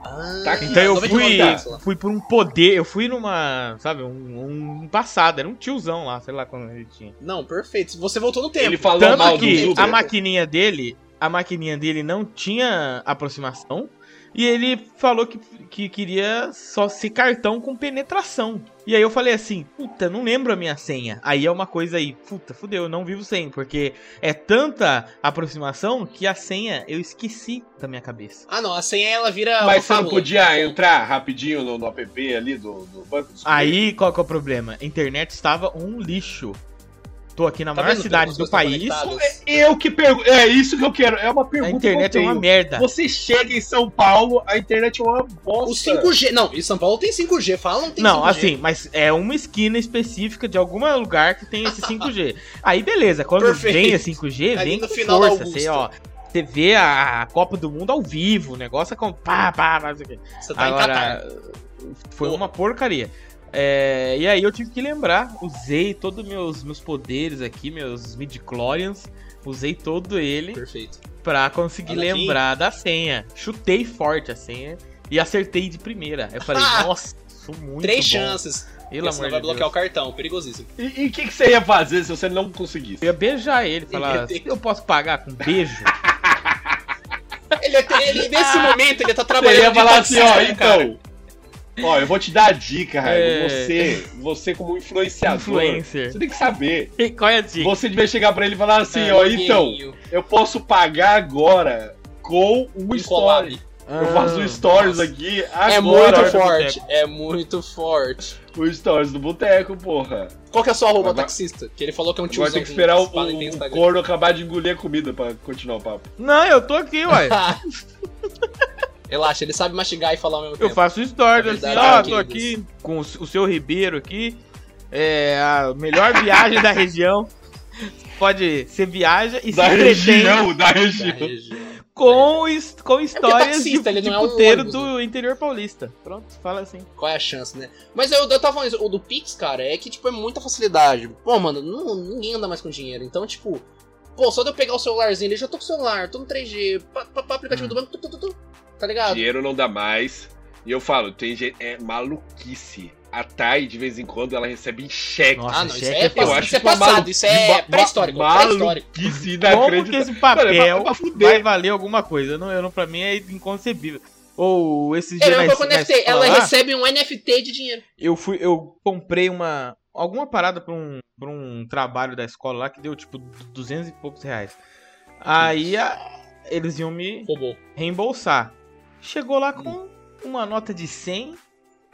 B: Ah,
C: Tá,
A: Então eu
B: 99
A: fui,
B: reais lá.
A: fui por um poder, eu fui numa, sabe, um, um passado, era um tiozão lá, sei lá quando ele tinha.
B: Não, perfeito. Você voltou no tempo.
C: Ele falou mal
A: Tanto
C: do
A: que
C: Uber.
A: a maquininha dele, a maquininha dele não tinha aproximação e ele falou que, que queria só ser cartão com penetração. E aí eu falei assim, puta, não lembro a minha senha. Aí é uma coisa aí, puta, fudeu, eu não vivo sem, porque é tanta aproximação que a senha eu esqueci da minha cabeça.
B: Ah, não, a senha ela vira. uma
C: Mas você não
B: fábula.
C: podia entrar rapidinho no, no app ali do, do banco? dos
A: Aí, qual que é o problema? A internet estava um lixo. Tô aqui na
B: Tá
A: maior
B: vendo
A: cidade
B: como
A: do
B: as coisas
A: país,
B: estão
C: Isso
B: conectadas?
C: é eu que pergunto. É isso que eu quero. É uma
A: a
C: pergunta.
A: internet
C: que
A: é
C: eu
A: uma
C: tenho.
A: merda.
C: Você chega em São Paulo, a internet é uma bosta.
B: O 5G. Não, em São Paulo tem 5G. Fala, não tem
A: Não,
B: 5G.
A: assim, mas é uma esquina específica de algum lugar que tem
C: *laughs*
A: esse 5G. Aí, beleza, quando
B: Perfeito.
A: vem a 5G,
B: Ali
A: vem
B: no
A: com
B: final da
A: força.
B: Augusta.
A: Você, ó, você vê a Copa do Mundo ao vivo, o negócio é com pá, pá, pá, não sei o quê.
B: Você tá em Catar.
A: Agora, foi uma porcaria. É, e aí eu tive que lembrar, usei todos meus meus poderes aqui, meus midichlorians, usei todo ele
B: Perfeito.
A: pra conseguir
B: Olha aqui.
A: lembrar da senha. Chutei forte a senha E acertei de primeira. Eu falei,
B: Ah!
A: nossa, sou muito
B: Três
A: bom.
B: chances.
A: Pelo
B: Porque
A: amor
B: senão
A: de
B: vai
A: Deus.
B: bloquear o cartão, perigosíssimo.
C: E e o que, que você ia fazer se você não conseguisse?
A: Eu ia beijar
B: *laughs*
A: ele, falar, eu posso pagar com beijo?
B: Ele, ia
A: *laughs*
B: ter- ele- nesse momento ele tá trabalhando.
C: Você ia
B: de
C: falar assim, ó,
B: taxista, cara.
C: então. Ó, eu vou te dar a dica, Raigo.
A: né, É.
C: Você, você como
B: Tá
C: influenciador,
A: Influencer.
C: você tem que saber.
A: E *laughs* Qual é a dica?
C: Você devia chegar pra ele e falar assim,
B: É,
C: ó,
B: amiguinho,
C: então, eu posso pagar agora com um
B: um
C: story.
B: collab.
A: Ah.
C: Eu faço um stories aqui agora.
B: É muito
A: do
B: forte, é muito forte.
C: O stories do boteco, porra.
B: Qual que é a sua arroba
C: Agora-
B: taxista? Que ele falou que é um tiozão.
C: Agora tem que esperar o,
B: com espada e tem um
C: o
B: Instagram.
C: corno acabar de engolir a comida pra continuar o papo.
A: Não, eu tô aqui,
B: *laughs*
A: ué.
B: *laughs* Relaxa, ele sabe mastigar e falar ao mesmo
A: Eu
B: tempo.
A: faço
B: É
A: stories assim,
B: verdade,
A: ó,
B: é
A: tô
B: que
A: aqui com o seu Ribeiro aqui. É a melhor viagem da região.
B: *laughs*
A: Pode ser viaja e se
C: Da
A: entretém
C: região, da região.
A: com,
B: É.
A: his- com histórias
B: taxista,
A: de,
B: ele
A: de
B: não é um
A: puteiro
B: ônibus,
A: do interior paulista. Pronto, fala assim.
B: Qual é a chance, né? Mas eu, eu tava falando isso, o do Pix, cara, é que, tipo, é muita facilidade. Pô, mano, não- ninguém anda mais com dinheiro. Então, tipo, pô, só de eu pegar o celularzinho, eu já tô com o celular, tô no 3G, pá, pá, pá, aplicativo
A: Hum.
B: do banco, tu, tu, tu, tu, tá ligado?
C: Dinheiro não dá mais. E eu falo, tem gente. É maluquice. A Thay, de vez em quando, ela recebe em cheque.
A: Nossa,
B: Ah, não, isso
A: cheque
B: é,
A: é foda.
B: passado,
C: Eu acho
B: isso é
C: que é uma
B: passado,
C: malu-
B: isso é
C: ma-
B: pré-histórico,
C: ma-
B: pré-histórico.
C: Maluquice
A: Como que esse
C: inacreditável. Mano, é
A: papel
C: pra- é pra
A: vai
C: fuder.
A: valer alguma coisa? Eu Não, eu não, pra mim é inconcebível. Ou esse
B: É
A: dia na,
B: mesmo que eu
A: na
B: conectei,
A: escola
B: ela
C: "Ah."
A: lá,
B: recebe um NFT de dinheiro.
A: eu fui, eu comprei uma alguma parada pra um, pra um trabalho da escola lá que deu tipo 200 e poucos reais. Aí a- eles iam me
B: Roubou.
A: reembolsar. Chegou lá com uma nota de 100,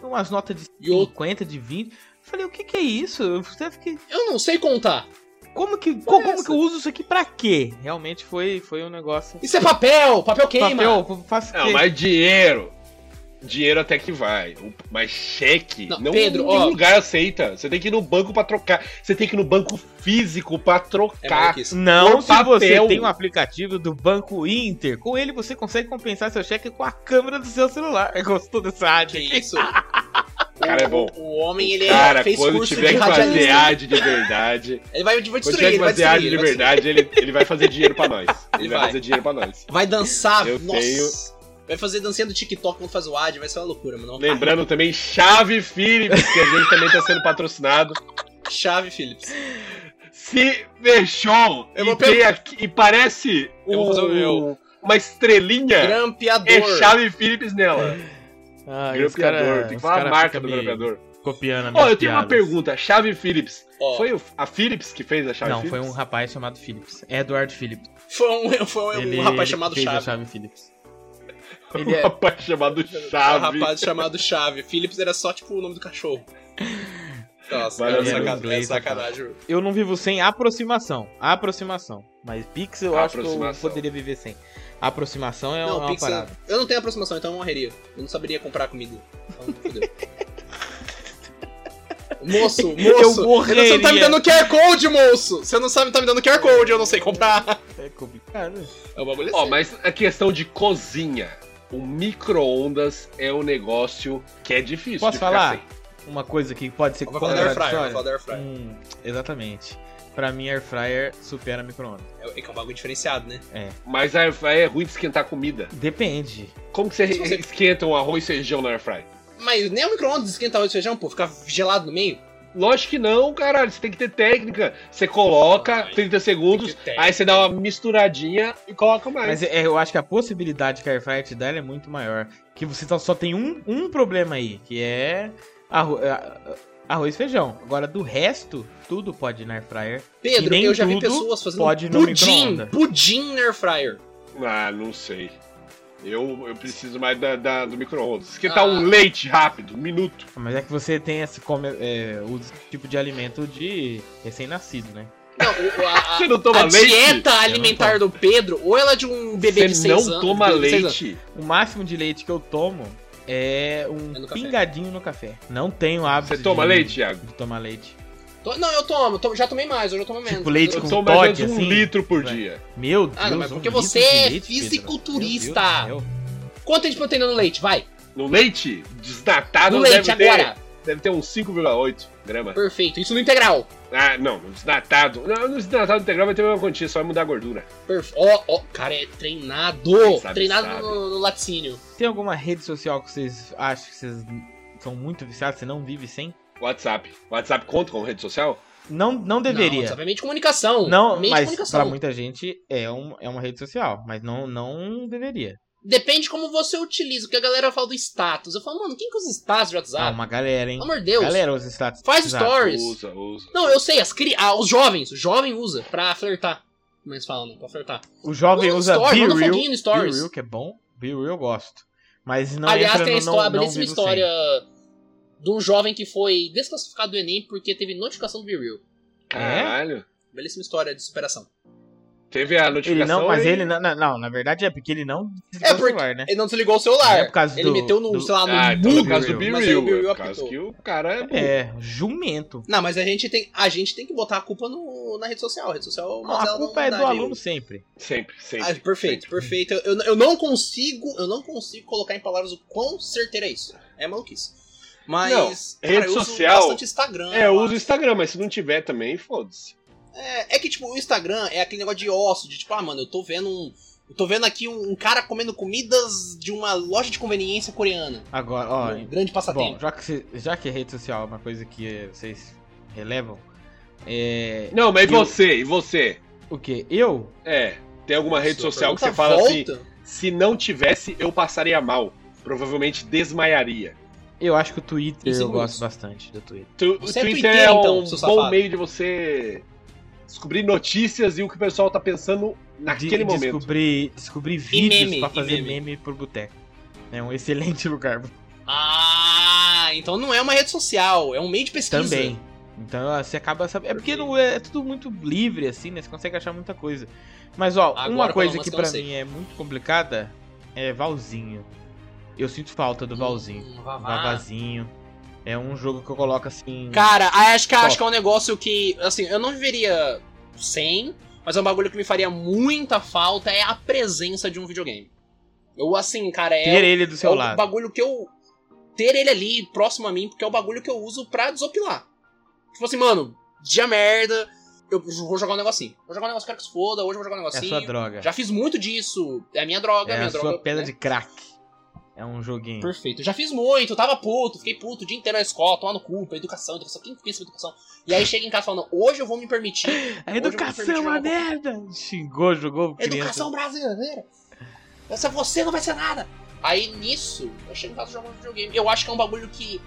A: umas notas de
B: E outro-
A: 50, de 20. Falei, o que que é isso? Eu até fiquei,
B: Eu não sei contar.
A: como que, co- como,
B: essa?
A: que eu uso isso aqui pra quê? Realmente foi, foi um negócio.
B: Isso é papel, papel queima.
A: Papel, faço
C: Não,
A: quê?
C: mas dinheiro. Dinheiro até que vai. O- Mas cheque.
B: Não,
C: Não,
B: Pedro,
C: nenhum
B: ó.
C: lugar aceita. Você tem que ir no banco pra trocar. Você tem que ir no banco físico pra
B: É
C: trocar.
B: maluquice.
A: Não,
C: Por
A: se
C: papel.
A: você tem um aplicativo do Banco Inter, com ele você consegue compensar seu cheque com a câmera do seu celular. *laughs* Gostou dessa
B: Que
A: rádio?
C: *laughs*
B: isso?
C: Cara, é bom.
B: O, o homem, ele
C: Cara,
B: fez
C: quando
B: curso
C: tiver
B: de
C: que fazer
B: radialista.
C: ad
B: *laughs*
C: de verdade.
B: Ele vai vai
C: Quando
B: destruir,
C: tiver que
B: ele vai
C: fazer
B: destruir.
C: ad de
B: ele vai destruir.
C: verdade, ele, ele vai fazer dinheiro pra nós. Ele,
B: Ele
C: vai
B: vai.
C: fazer dinheiro pra nós.
B: Vai dançar,
C: Eu
B: nossa.
C: tenho-
B: Vai fazer dancinha do TikTok quando faz o ad, vai ser uma loucura, mano.
C: Lembrando também Chave Philips, que a gente também tá sendo patrocinado.
B: Chave, Philips.
C: Se fechou
B: Eu
C: eu
B: vou
C: e,
B: pe-
C: tem aqui- e parece um,
B: Eu vou fazer o meu.
C: uma estrelinha, é
B: Grampeador.
C: Chave Philips nela.
A: Ah, os
C: grampeador,
A: cara-
C: tem que
A: os
C: falar a
A: cara
C: marca
A: fica
C: do
A: me
C: grampeador.
A: Copiando a
C: Ó,
A: minha
C: eu tenho uma pergunta, Chave Philips.
B: Ó,
C: Foi o- a Philips que fez a Chave
A: Não,
C: Philips?
A: foi um rapaz chamado Philips. Edward Philips.
B: foi um, foi um
A: Ele-
B: rapaz
A: ele
B: chamado
A: fez a
B: Chave.
A: chave Philips. Ele é-
C: *laughs* Um rapaz chamado
B: Um
C: Chave.
B: rapaz chamado Chave. Philips era só, tipo, o nome do cachorro. Nossa, cara, é,
C: Maravilhoso.
B: sacanagem, é
A: Inglês, né,
B: sacanagem.
A: Eu não vivo sem aproximação. Aproximação. Mas Pix eu acho que eu
C: Aproximação.
A: poderia viver sem. Aproximação é,
B: Não,
A: uma
B: Pix,
A: parada.
B: eu não tenho aproximação, então eu morreria. Eu não saberia comprar comida. Então, fudeu. moço, moço,
A: *laughs* Eu
B: eu não- você não tá me
A: morreria.
B: dando QR Code, moço! Você não sabe, tá me dando QR Code, eu não sei comprar.
A: É complicado.
B: É o bagulho
C: Ó,
B: assim.
C: mas a questão de cozinha. O micro-ondas é um negócio que é difícil.
A: Posso
C: de ficar
A: falar?
C: sem.
A: Uma coisa que pode ser
B: Vai falar da
C: é,
B: Air Fryer, vai
A: contraditória.
B: falar da Air Fryer.
A: Hum, exatamente. Pra mim, air fryer supera micro-ondas.
B: É, que é um bagulho diferenciado, né?
C: Mas a air fryer é ruim de esquentar comida.
A: Depende.
C: Como que você,
B: Se você-
C: esquenta um arroz e feijão na air fryer?
B: Mas nem o micro-ondas esquenta arroz e feijão, pô, ficar gelado no meio.
C: Lógico que não, caralho. Você tem que ter técnica. Você coloca
B: Ai,
C: 30 segundos,
B: tem que ter técnica.
C: aí você dá uma misturadinha e coloca mais.
A: Mas é, eu acho que a possibilidade que a air fryer te dá ela é muito maior. Que você só- só tem um, um problema aí, que é arro- a- arroz e feijão. Agora, do resto, tudo pode ir na air fryer. E
B: Pedro,
A: nem
B: eu já vi
A: tudo
B: pessoas fazendo
A: pode no
B: pudim,
A: micro-ondas.
B: pudim na Air Fryer.
C: Ah, não sei. Eu, eu preciso mais da, da- do micro-ondas. Esquentar
B: Ah.
C: um leite rápido, um minuto.
A: Mas é que você tem esse come, é, o tipo de alimento de recém-nascido, né?
B: Não, o-
C: *laughs*
B: a, a-
C: Você não toma
B: Ah. a
C: leite?
B: dieta alimentar do Pedro, ou ela é de um bebê de
C: você
B: 6 anos.
C: não toma
B: de seis anos.
C: leite.
A: O máximo de leite que eu tomo é um
B: É no café.
A: pingadinho no café. Não tenho hábito
C: Você toma
A: de-
C: leite, Thiago?
A: De tomar leite.
B: To- Não, eu tomo, to- já tomei mais, hoje eu tomo menos.
A: Tipo leite
C: Eu
A: com
C: tomo mais ou menos
A: Toddy,
C: um
A: assim?
C: litro por
A: Vai.
C: dia.
A: Meu Deus,
B: Ah, não, mas
A: um
B: porque
A: litro
B: você
A: de
B: é
A: leite, Pedro.
B: fisiculturista.
A: Meu Deus do céu.
B: Quanto é de proteína no leite? Vai.
C: No leite? Desnatado
B: no leite
C: Ah, deve ter-
B: agora.
C: Deve ter uns 5,8. grama.
B: Perfeito. Isso no integral.
C: Ah, não, no desnatado. Não, no desnatado integral vai ter a mesma quantia, só vai mudar a gordura.
B: Perf... Ó, ó, cara, é treinado.
C: sabe,
B: treinado
C: sabe.
B: No, no laticínio.
A: Tem alguma rede social que vocês acham que vocês são muito viciados, você não vive sem?
C: WhatsApp. WhatsApp conta como rede social?
A: Não, não
B: Não,
A: deveria.
B: sabe, é meio de comunicação.
A: Não,
B: É meio de
A: mas
B: comunicação.
A: pra muita gente é, um, é uma rede social, mas não, não deveria.
B: Depende como você utiliza, porque a galera fala do status. Eu falo, mano, quem que usa status de
A: Ah,
B: WhatsApp?
A: uma galera, hein?
B: Pelo amor de Deus.
A: Galera, os status.
B: Faz
A: Exato.
B: stories.
C: Usa, usa.
B: Não, eu sei, as cri... ah, os jovens, o jovem usa pra flertar. Como eles falam, né? Pra flertar.
A: O jovem
B: Manda
A: usa
B: story,
A: Be
B: manda um
A: Real.
B: foguinho no
A: Be
B: stories.
A: Real, que é bom. Be Real eu gosto. Mas não
B: Aliás,
A: entra
B: tem a,
A: no
B: histó- a
A: não, não
B: belíssima
A: vivo
B: história de um jovem que foi desclassificado do Enem porque teve notificação do Be Real.
A: É?
C: Caralho.
B: Belíssima história de superação.
C: Teve a
A: sem. Ele
C: notificação.
A: não, mas
C: aí.
A: ele não, não, não, na verdade é porque ele não desligou
B: É
A: o
B: porque-
A: celular, né?
B: Ele não desligou o celular.
A: É por causa
B: ele
A: do-
B: meteu no,
A: do-
B: sei lá, no
C: Ah, então
B: mudo,
C: no caso do Be
B: mas aí o
C: Real.
B: Be
C: É
B: Real
C: por causa
B: apitou.
C: que o cara é.
A: É, jumento.
B: Não, mas a gente tem, a gente tem que botar a culpa no, na rede social. A rede social,
A: Não,
B: mas ela
A: a
B: não
A: culpa é
B: dá
A: do
B: ali o-
A: aluno sempre.
C: Sempre, sempre.
B: Ah, perfeito, perfeito. Eu, eu- eu não consigo, eu não consigo colocar em palavras o quão certeira é isso. É maluquice. Mas,
C: Não, rede
B: eu
C: social-
B: uso bastante Instagram.
C: É, eu
B: eu
C: uso o Instagram, mas se não tiver também, foda-se.
B: É, é que, tipo, o Instagram é aquele negócio de osso, de tipo, ah, mano, eu tô vendo um. Eu tô vendo aqui um, um cara comendo comidas de uma loja de conveniência coreana.
A: Agora,
B: um
A: ó.
B: grande passatempo.
A: Bom, já que, se- já que rede social é uma coisa que vocês relevam, é.
C: Não, mas e
A: Eu-
C: você? E você?
A: O quê? Eu?
C: É, tem alguma rede
B: Sua
C: social que você
B: pergunta
C: fala assim,
B: volta?
C: se não tivesse, eu passaria mal. Provavelmente desmaiaria.
A: Eu acho que o Twitter
B: Isso é
A: eu gosto
B: isso.
A: bastante do Twitter.
C: Tu,
B: Você
C: o
B: é
C: Twitter é,
B: twitteiro, então,
C: um
B: seu
C: bom
B: safado.
C: meio de você descobrir notícias e o que o pessoal tá pensando naquele
A: De-
C: momento.
A: Descobrir, descobrir vídeos
B: meme,
A: pra
B: e
A: fazer
B: meme.
A: meme. pro boteco. É um excelente *laughs* lugar.
B: Ah, então não é uma rede social, é um meio de pesquisa.
A: Também. Então ó, você acaba sabendo. É porque
B: Perfeito.
A: não é, é tudo muito livre, assim, né? Você consegue achar muita coisa. Mas, ó,
B: Agora
A: uma
B: falou
A: coisa
B: umas
A: que
B: que eu
A: pra
B: não
A: mim é muito complicada é Valzinho. Eu sinto falta do Valzinho.
B: Hum, vavá.
A: Vavazinho. É um jogo que eu coloco assim.
B: Cara, acho que,
A: Top.
B: acho que é um negócio que, assim, eu não viveria sem, mas é um bagulho que me faria muita falta é a presença de um videogame. Eu, assim, cara, é,
A: ter ele do
B: é
A: seu
B: o
A: lado.
B: bagulho que eu. Ter ele ali próximo a mim, porque é o bagulho que eu uso pra desopilar. Tipo assim, mano, dia merda, eu vou jogar um negocinho. Vou jogar um negócio, quero que se foda, hoje eu vou jogar um
A: É a
B: negocinho.
A: sua droga.
B: Já fiz muito disso, é a minha droga,
A: É
B: minha
A: a
B: droga.
A: sua pedra
B: né?
A: de crack. É um joguinho.
B: Perfeito. Já fiz muito, tava puto, fiquei puto o dia inteiro na escola, tomando culpa, educação, educação, quem pensa em educação? E aí chega em casa falando, hoje eu vou me
A: *laughs*
B: permitir.
A: A
B: Hoje eu vou
A: educação é
B: permitir
A: uma
B: uma coisa.
A: merda! Xingou, jogou criança.
B: Educação brasileira! Essa você não vai ser nada! Aí nisso, eu chego em casa jogando videogame. Eu acho que é um bagulho que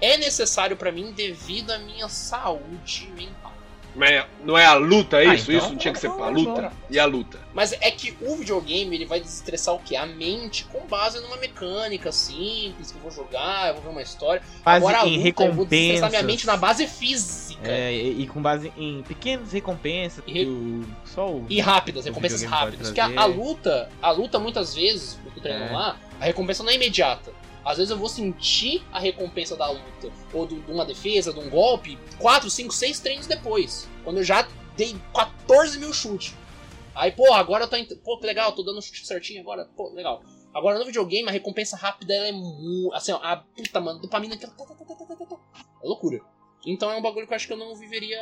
B: é necessário pra mim devido à minha saúde mental.
C: Mas não é a luta, é
A: Ah,
C: isso?
A: então,
C: isso não tinha que ser
A: então,
C: a luta? E a luta?
B: Mas é que o videogame, ele vai desestressar o quê? A mente com base numa mecânica simples, que eu vou jogar, eu vou ver uma história.
A: Base
B: Agora a
A: em
B: luta, eu vou
A: recompensa.
B: desestressar minha mente na base física.
A: É, e, e com base em pequenas recompensas
B: E re-
A: que o- só o.
B: E rápidas,
A: O
B: recompensas
A: videogame pode
B: rápidas. Porque a,
A: trazer.
B: a luta, a luta muitas vezes, eu tô treinando
A: É.
B: lá, a recompensa não é imediata. Às vezes eu vou sentir a recompensa da luta, ou do- de uma defesa, de um golpe, 4, 5, 6 treinos depois. Quando eu já dei 14 mil chutes. Aí, pô, agora eu tô. ent- Pô, que legal, tô dando chute certinho agora. Pô, legal. Agora no videogame, a recompensa rápida ela é muito. Assim, ó, a puta, mano, dopamina. tá, tá, tá, tá, tá, tá, tá, tá. É loucura. Então é um bagulho que eu acho que eu não viveria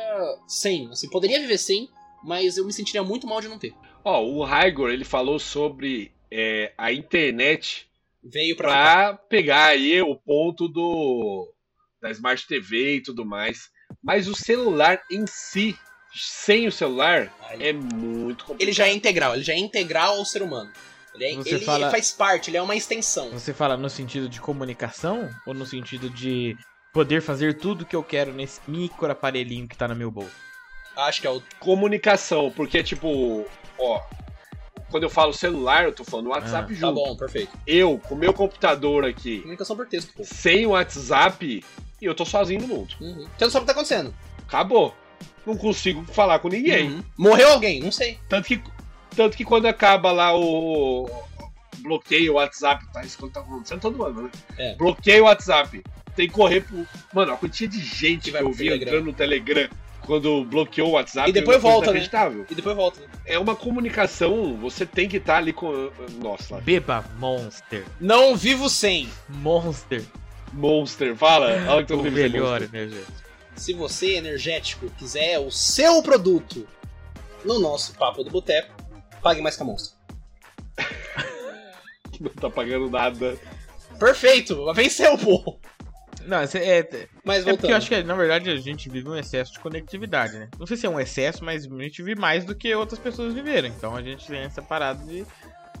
B: sem. Assim, poderia viver sem, mas eu me sentiria muito mal de não ter.
C: Ó, o Raigor, ele falou sobre é, a internet
B: Veio pra.
C: pra pegar aí o ponto do da Smart TV e tudo mais. Mas o celular em si, sem o celular, é muito complicado.
B: Ele já é integral, ele já é integral ao ser humano. Ele, é-
A: Você
B: ele
A: fala-
B: faz parte, ele é uma extensão.
A: Você fala no sentido de comunicação ou no sentido de poder fazer tudo que eu quero nesse micro aparelhinho que tá no meu bolso?
B: Acho que é o.
C: comunicação, porque tipo, ó, quando eu falo celular, eu tô falando WhatsApp
B: Tá
C: junto.
B: bom, perfeito.
C: Eu, com o meu computador aqui,
B: Comunicação por texto, pô.
C: sem o WhatsApp, eu tô sozinho no mundo.
B: Uhum. Você não sabe o que tá acontecendo.
C: Acabou. Não consigo falar com ninguém.
B: Uhum. Morreu alguém? Não sei.
C: Tanto que, tanto que quando acaba lá o o bloqueio o WhatsApp, tá? Isso quando tá acontecendo todo ano, né?
B: É.
C: Bloqueio o WhatsApp. Tem que correr pro. Mano, a quantia de gente que,
B: vai
C: eu
B: pro
C: vi
B: Telegram.
C: entrando no Telegram quando bloqueou o WhatsApp.
B: E depois
C: é uma coisa
B: volta, né?
C: inacreditável.
B: E depois volta. né?
C: É uma comunicação, você tem que estar ali com. Nossa.
A: Beba Monster.
B: Não vivo sem.
A: Monster.
C: Monster, fala. Fala que todo
A: O
C: livro é
A: melhor,
C: Monster.
A: né, gente?
B: Se você, energético, quiser o seu produto no nosso Papo do Boteco, pague mais que a Monster.
C: Não tá pagando nada.
B: Perfeito, venceu, pô.
A: Não, cê- é, é
B: Mas
A: porque
B: voltando.
A: eu acho que, na verdade, a gente vive um excesso de conectividade, né? Não sei se é um excesso, mas a gente vive mais do que outras pessoas viveram. Então a gente tem essa parada de,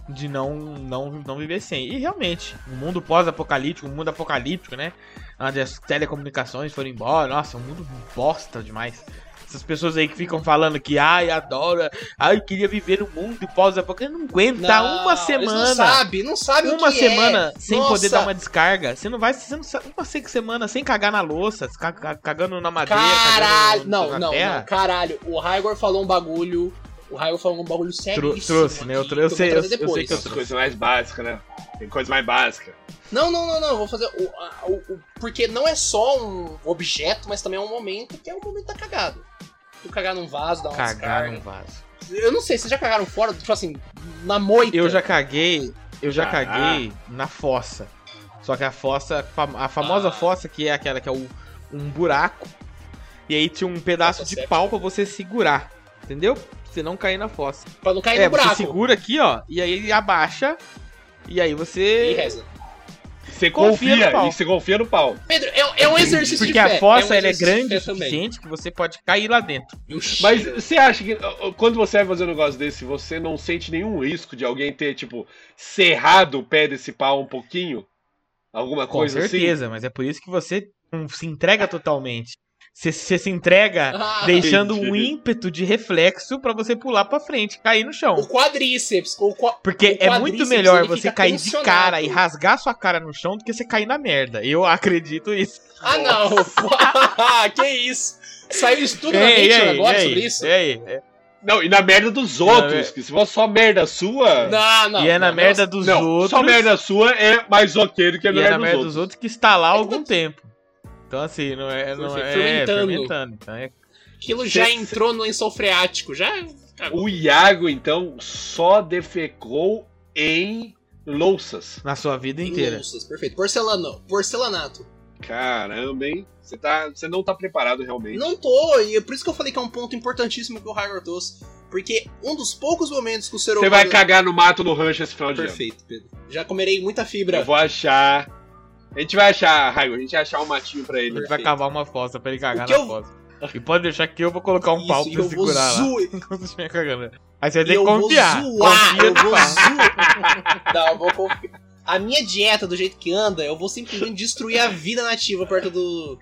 A: de não, não, não viver sem. E realmente, o mundo pós-apocalíptico, o mundo apocalíptico, né? Onde as telecomunicações foram embora. Nossa, um mundo bosta demais. Essas pessoas aí que ficam falando que, ai, adora, ai, eu queria viver no mundo pós-apocalíptico. Não aguenta
B: Não,
A: tá uma
B: eles
A: semana
B: Não sabe, não sabe o que
A: uma
B: é.
A: semana sem
B: Nossa,
A: poder dar uma descarga. Você não vai. Você não sabe, uma se- semana sem cagar na louça, ca- ca- cagando na madeira.
B: Caralho.
A: cagando
B: Não,
A: na
B: não, não,
A: terra.
B: caralho. O Raigor falou um bagulho. O Raigor falou um bagulho sério.
A: trouxe, né? Eu trou- eu sei- eu- eu sei que eu
C: As coisas mais básicas, né? Tem coisa mais básica.
B: Não, não, não, não. Vou fazer. O, a- o- o- porque não é só um objeto, mas também é um momento que é um momento da cagada. Tu cagar num vaso, dar uma
A: Cagar
B: descarga.
A: num vaso.
B: Eu não sei, vocês já cagaram fora? Tipo assim, na moita.
A: Eu já caguei. Eu já
C: Ah.
A: caguei na fossa. Só que a fossa. fam- A famosa
B: Ah.
A: fossa, que é aquela que é o- um buraco. E aí tinha um pedaço
B: Fossa
A: de
B: séptica.
A: pau pra você segurar. Entendeu? Pra Você não cair na fossa.
B: Pra não cair
A: é,
B: no buraco.
A: você segura aqui, ó. E aí ele abaixa. E aí
B: E
A: você.
B: reza.
C: Você
A: Confia
C: confia,
A: no pau.
C: e você confia no pau.
B: Pedro, é, é um exercício de
A: Porque
B: fé.
A: a fossa
B: um
A: ela é
B: exercício de
A: grande
B: fé
A: o suficiente que você pode cair lá dentro.
B: E o
C: Mas
B: cheiro.
C: você acha que ó, ó, quando você vai fazer um negócio desse, você não sente nenhum risco de alguém ter, tipo, cerrado o pé desse pau um pouquinho? Alguma
A: Com
B: assim?
C: coisa assim?
A: certeza, mas é por isso que você não se entrega totalmente. Você, você se entrega
B: *laughs* Ah,
A: deixando um
C: entendi.
A: ímpeto de reflexo pra você pular pra frente, cair no
B: o
A: chão.
B: quadríceps. O qua-
A: Porque
B: o
A: é muito
B: quadríceps,
A: melhor
B: ele
A: você
B: fica
A: cair de
B: tensionado.
A: cara e rasgar sua cara no chão do que você cair na merda. Eu acredito isso.
B: Ah, não. *laughs* que isso. Saiu estudo na
A: Ei,
B: mente
A: ei,
B: agora
A: ei,
B: sobre isso?
A: ei, ei.
C: assim? Não, e na merda dos outros, que se for só merda sua.
B: Não, não.
A: e é na
B: não,
A: merda
B: não.
A: dos
C: não,
A: outros.
C: só merda sua é mais ok do que a
A: e é
C: merda,
A: na
C: dos,
A: merda
C: outros.
A: dos outros que está lá há
B: É que
A: algum tempo. Então assim, não é. Não é,
B: Fermentando.
A: fermentando. Então é
B: Aquilo já
C: Cê-
B: entrou no lençol freático. Já. cagou.
C: O Iago, então, só defecou em louças.
A: na sua vida inteira.
B: Louças, perfeito. Porcelano, porcelanato.
C: Caramba, hein? Você tá, você não tá preparado realmente.
B: Não tô, e é por isso que eu falei que é um ponto importantíssimo que o Hagar trouxe. Porque um dos poucos momentos que o ser
C: Você
B: humano.
C: vai cagar no mato no rancho esse final de ano.
B: Perfeito, Pedro. Já comerei muita
C: Eu
B: fibra.
C: vou achar. A gente vai achar, Raigo, a gente vai achar um matinho pra
A: A
C: ele.
A: gente vai cavar uma fossa pra ele cagar
B: O
A: na
B: que eu-
A: fossa. E pode deixar que eu vou colocar um
B: Isso,
A: pau
B: e
A: pra
B: eu vou
A: segurar *laughs* lá.
B: zoar.
A: Quando estiver cagando. Aí você vai ter que
B: E eu vou
A: confiar.
B: zoar,
A: Confia
B: eu
A: no
B: vou
A: pau.
B: zoar. Não, eu vou confiar. A minha dieta, do jeito que anda, eu vou simplesmente destruir a vida nativa perto do,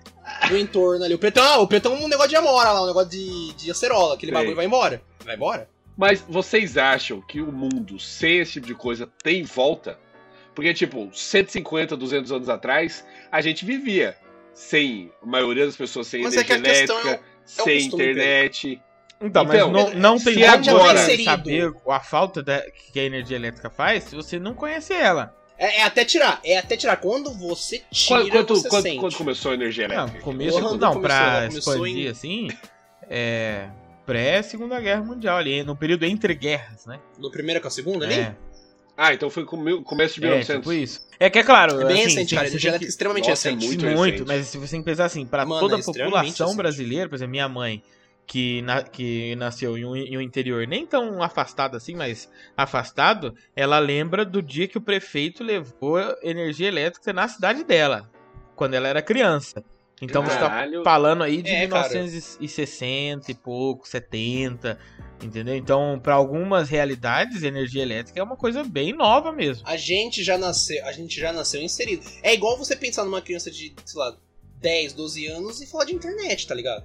B: do entorno ali. O Petão, o Petão é um negócio de amora lá, um negócio de, de acerola. Aquele
C: Sei.
B: bagulho vai embora. Vai embora?
C: Mas vocês acham que o mundo sem esse tipo de coisa tem volta? Porque, tipo, 150, 200 anos atrás, a gente vivia sem a maioria das pessoas sem
B: Mas é que
C: energia
B: a questão
C: elétrica,
B: é o
C: sem
B: costume,
C: internet.
A: Então, mas
C: Então,
B: é,
A: não, não tem
C: se
A: como
C: agora-
A: você saber a falta da- que a energia elétrica faz se você não conhece ela.
B: É, é até tirar, é até tirar. Quando você tira,
C: Quando, quando,
B: você
C: quando-
B: sente.
C: quando começou a energia
A: Não, no
C: elétrica?
A: começo,
B: Quando
A: não
B: começou?
A: pra
B: Ela começou
A: expandir
B: em-
A: assim, é pré-segunda guerra mundial ali, no período entre guerras, né?
B: No primeiro com a segunda ali?
A: É,
C: Ah, então foi com- começo de
A: é
C: 1900.
A: tipo isso. É que é claro,
B: É bem
A: assim,
B: recente,
A: tem-
B: cara.
A: você tem
B: Energia elétrica
A: que-
B: é extremamente
C: Nossa, é
B: recente.
C: muito
A: muito,
C: recente.
A: mas se você pensar assim, pra
B: Mano,
A: toda
B: é
A: a
B: extremamente
A: população
B: recente.
A: brasileira, por exemplo, minha mãe, que, na- que nasceu em um, em um interior nem tão afastado assim, mas afastado, ela lembra do dia que o prefeito levou energia elétrica na cidade dela, quando ela era criança. Então você tá
C: Caralho,
A: falando aí de
B: É, cara.
A: 1960 e pouco, 70, entendeu? Então, pra algumas realidades, energia elétrica é uma coisa bem nova mesmo.
B: A gente já nasceu, a gente já nasceu inserido. É igual você pensar numa criança de, sei lá, 10, 12 anos e falar de internet, tá ligado?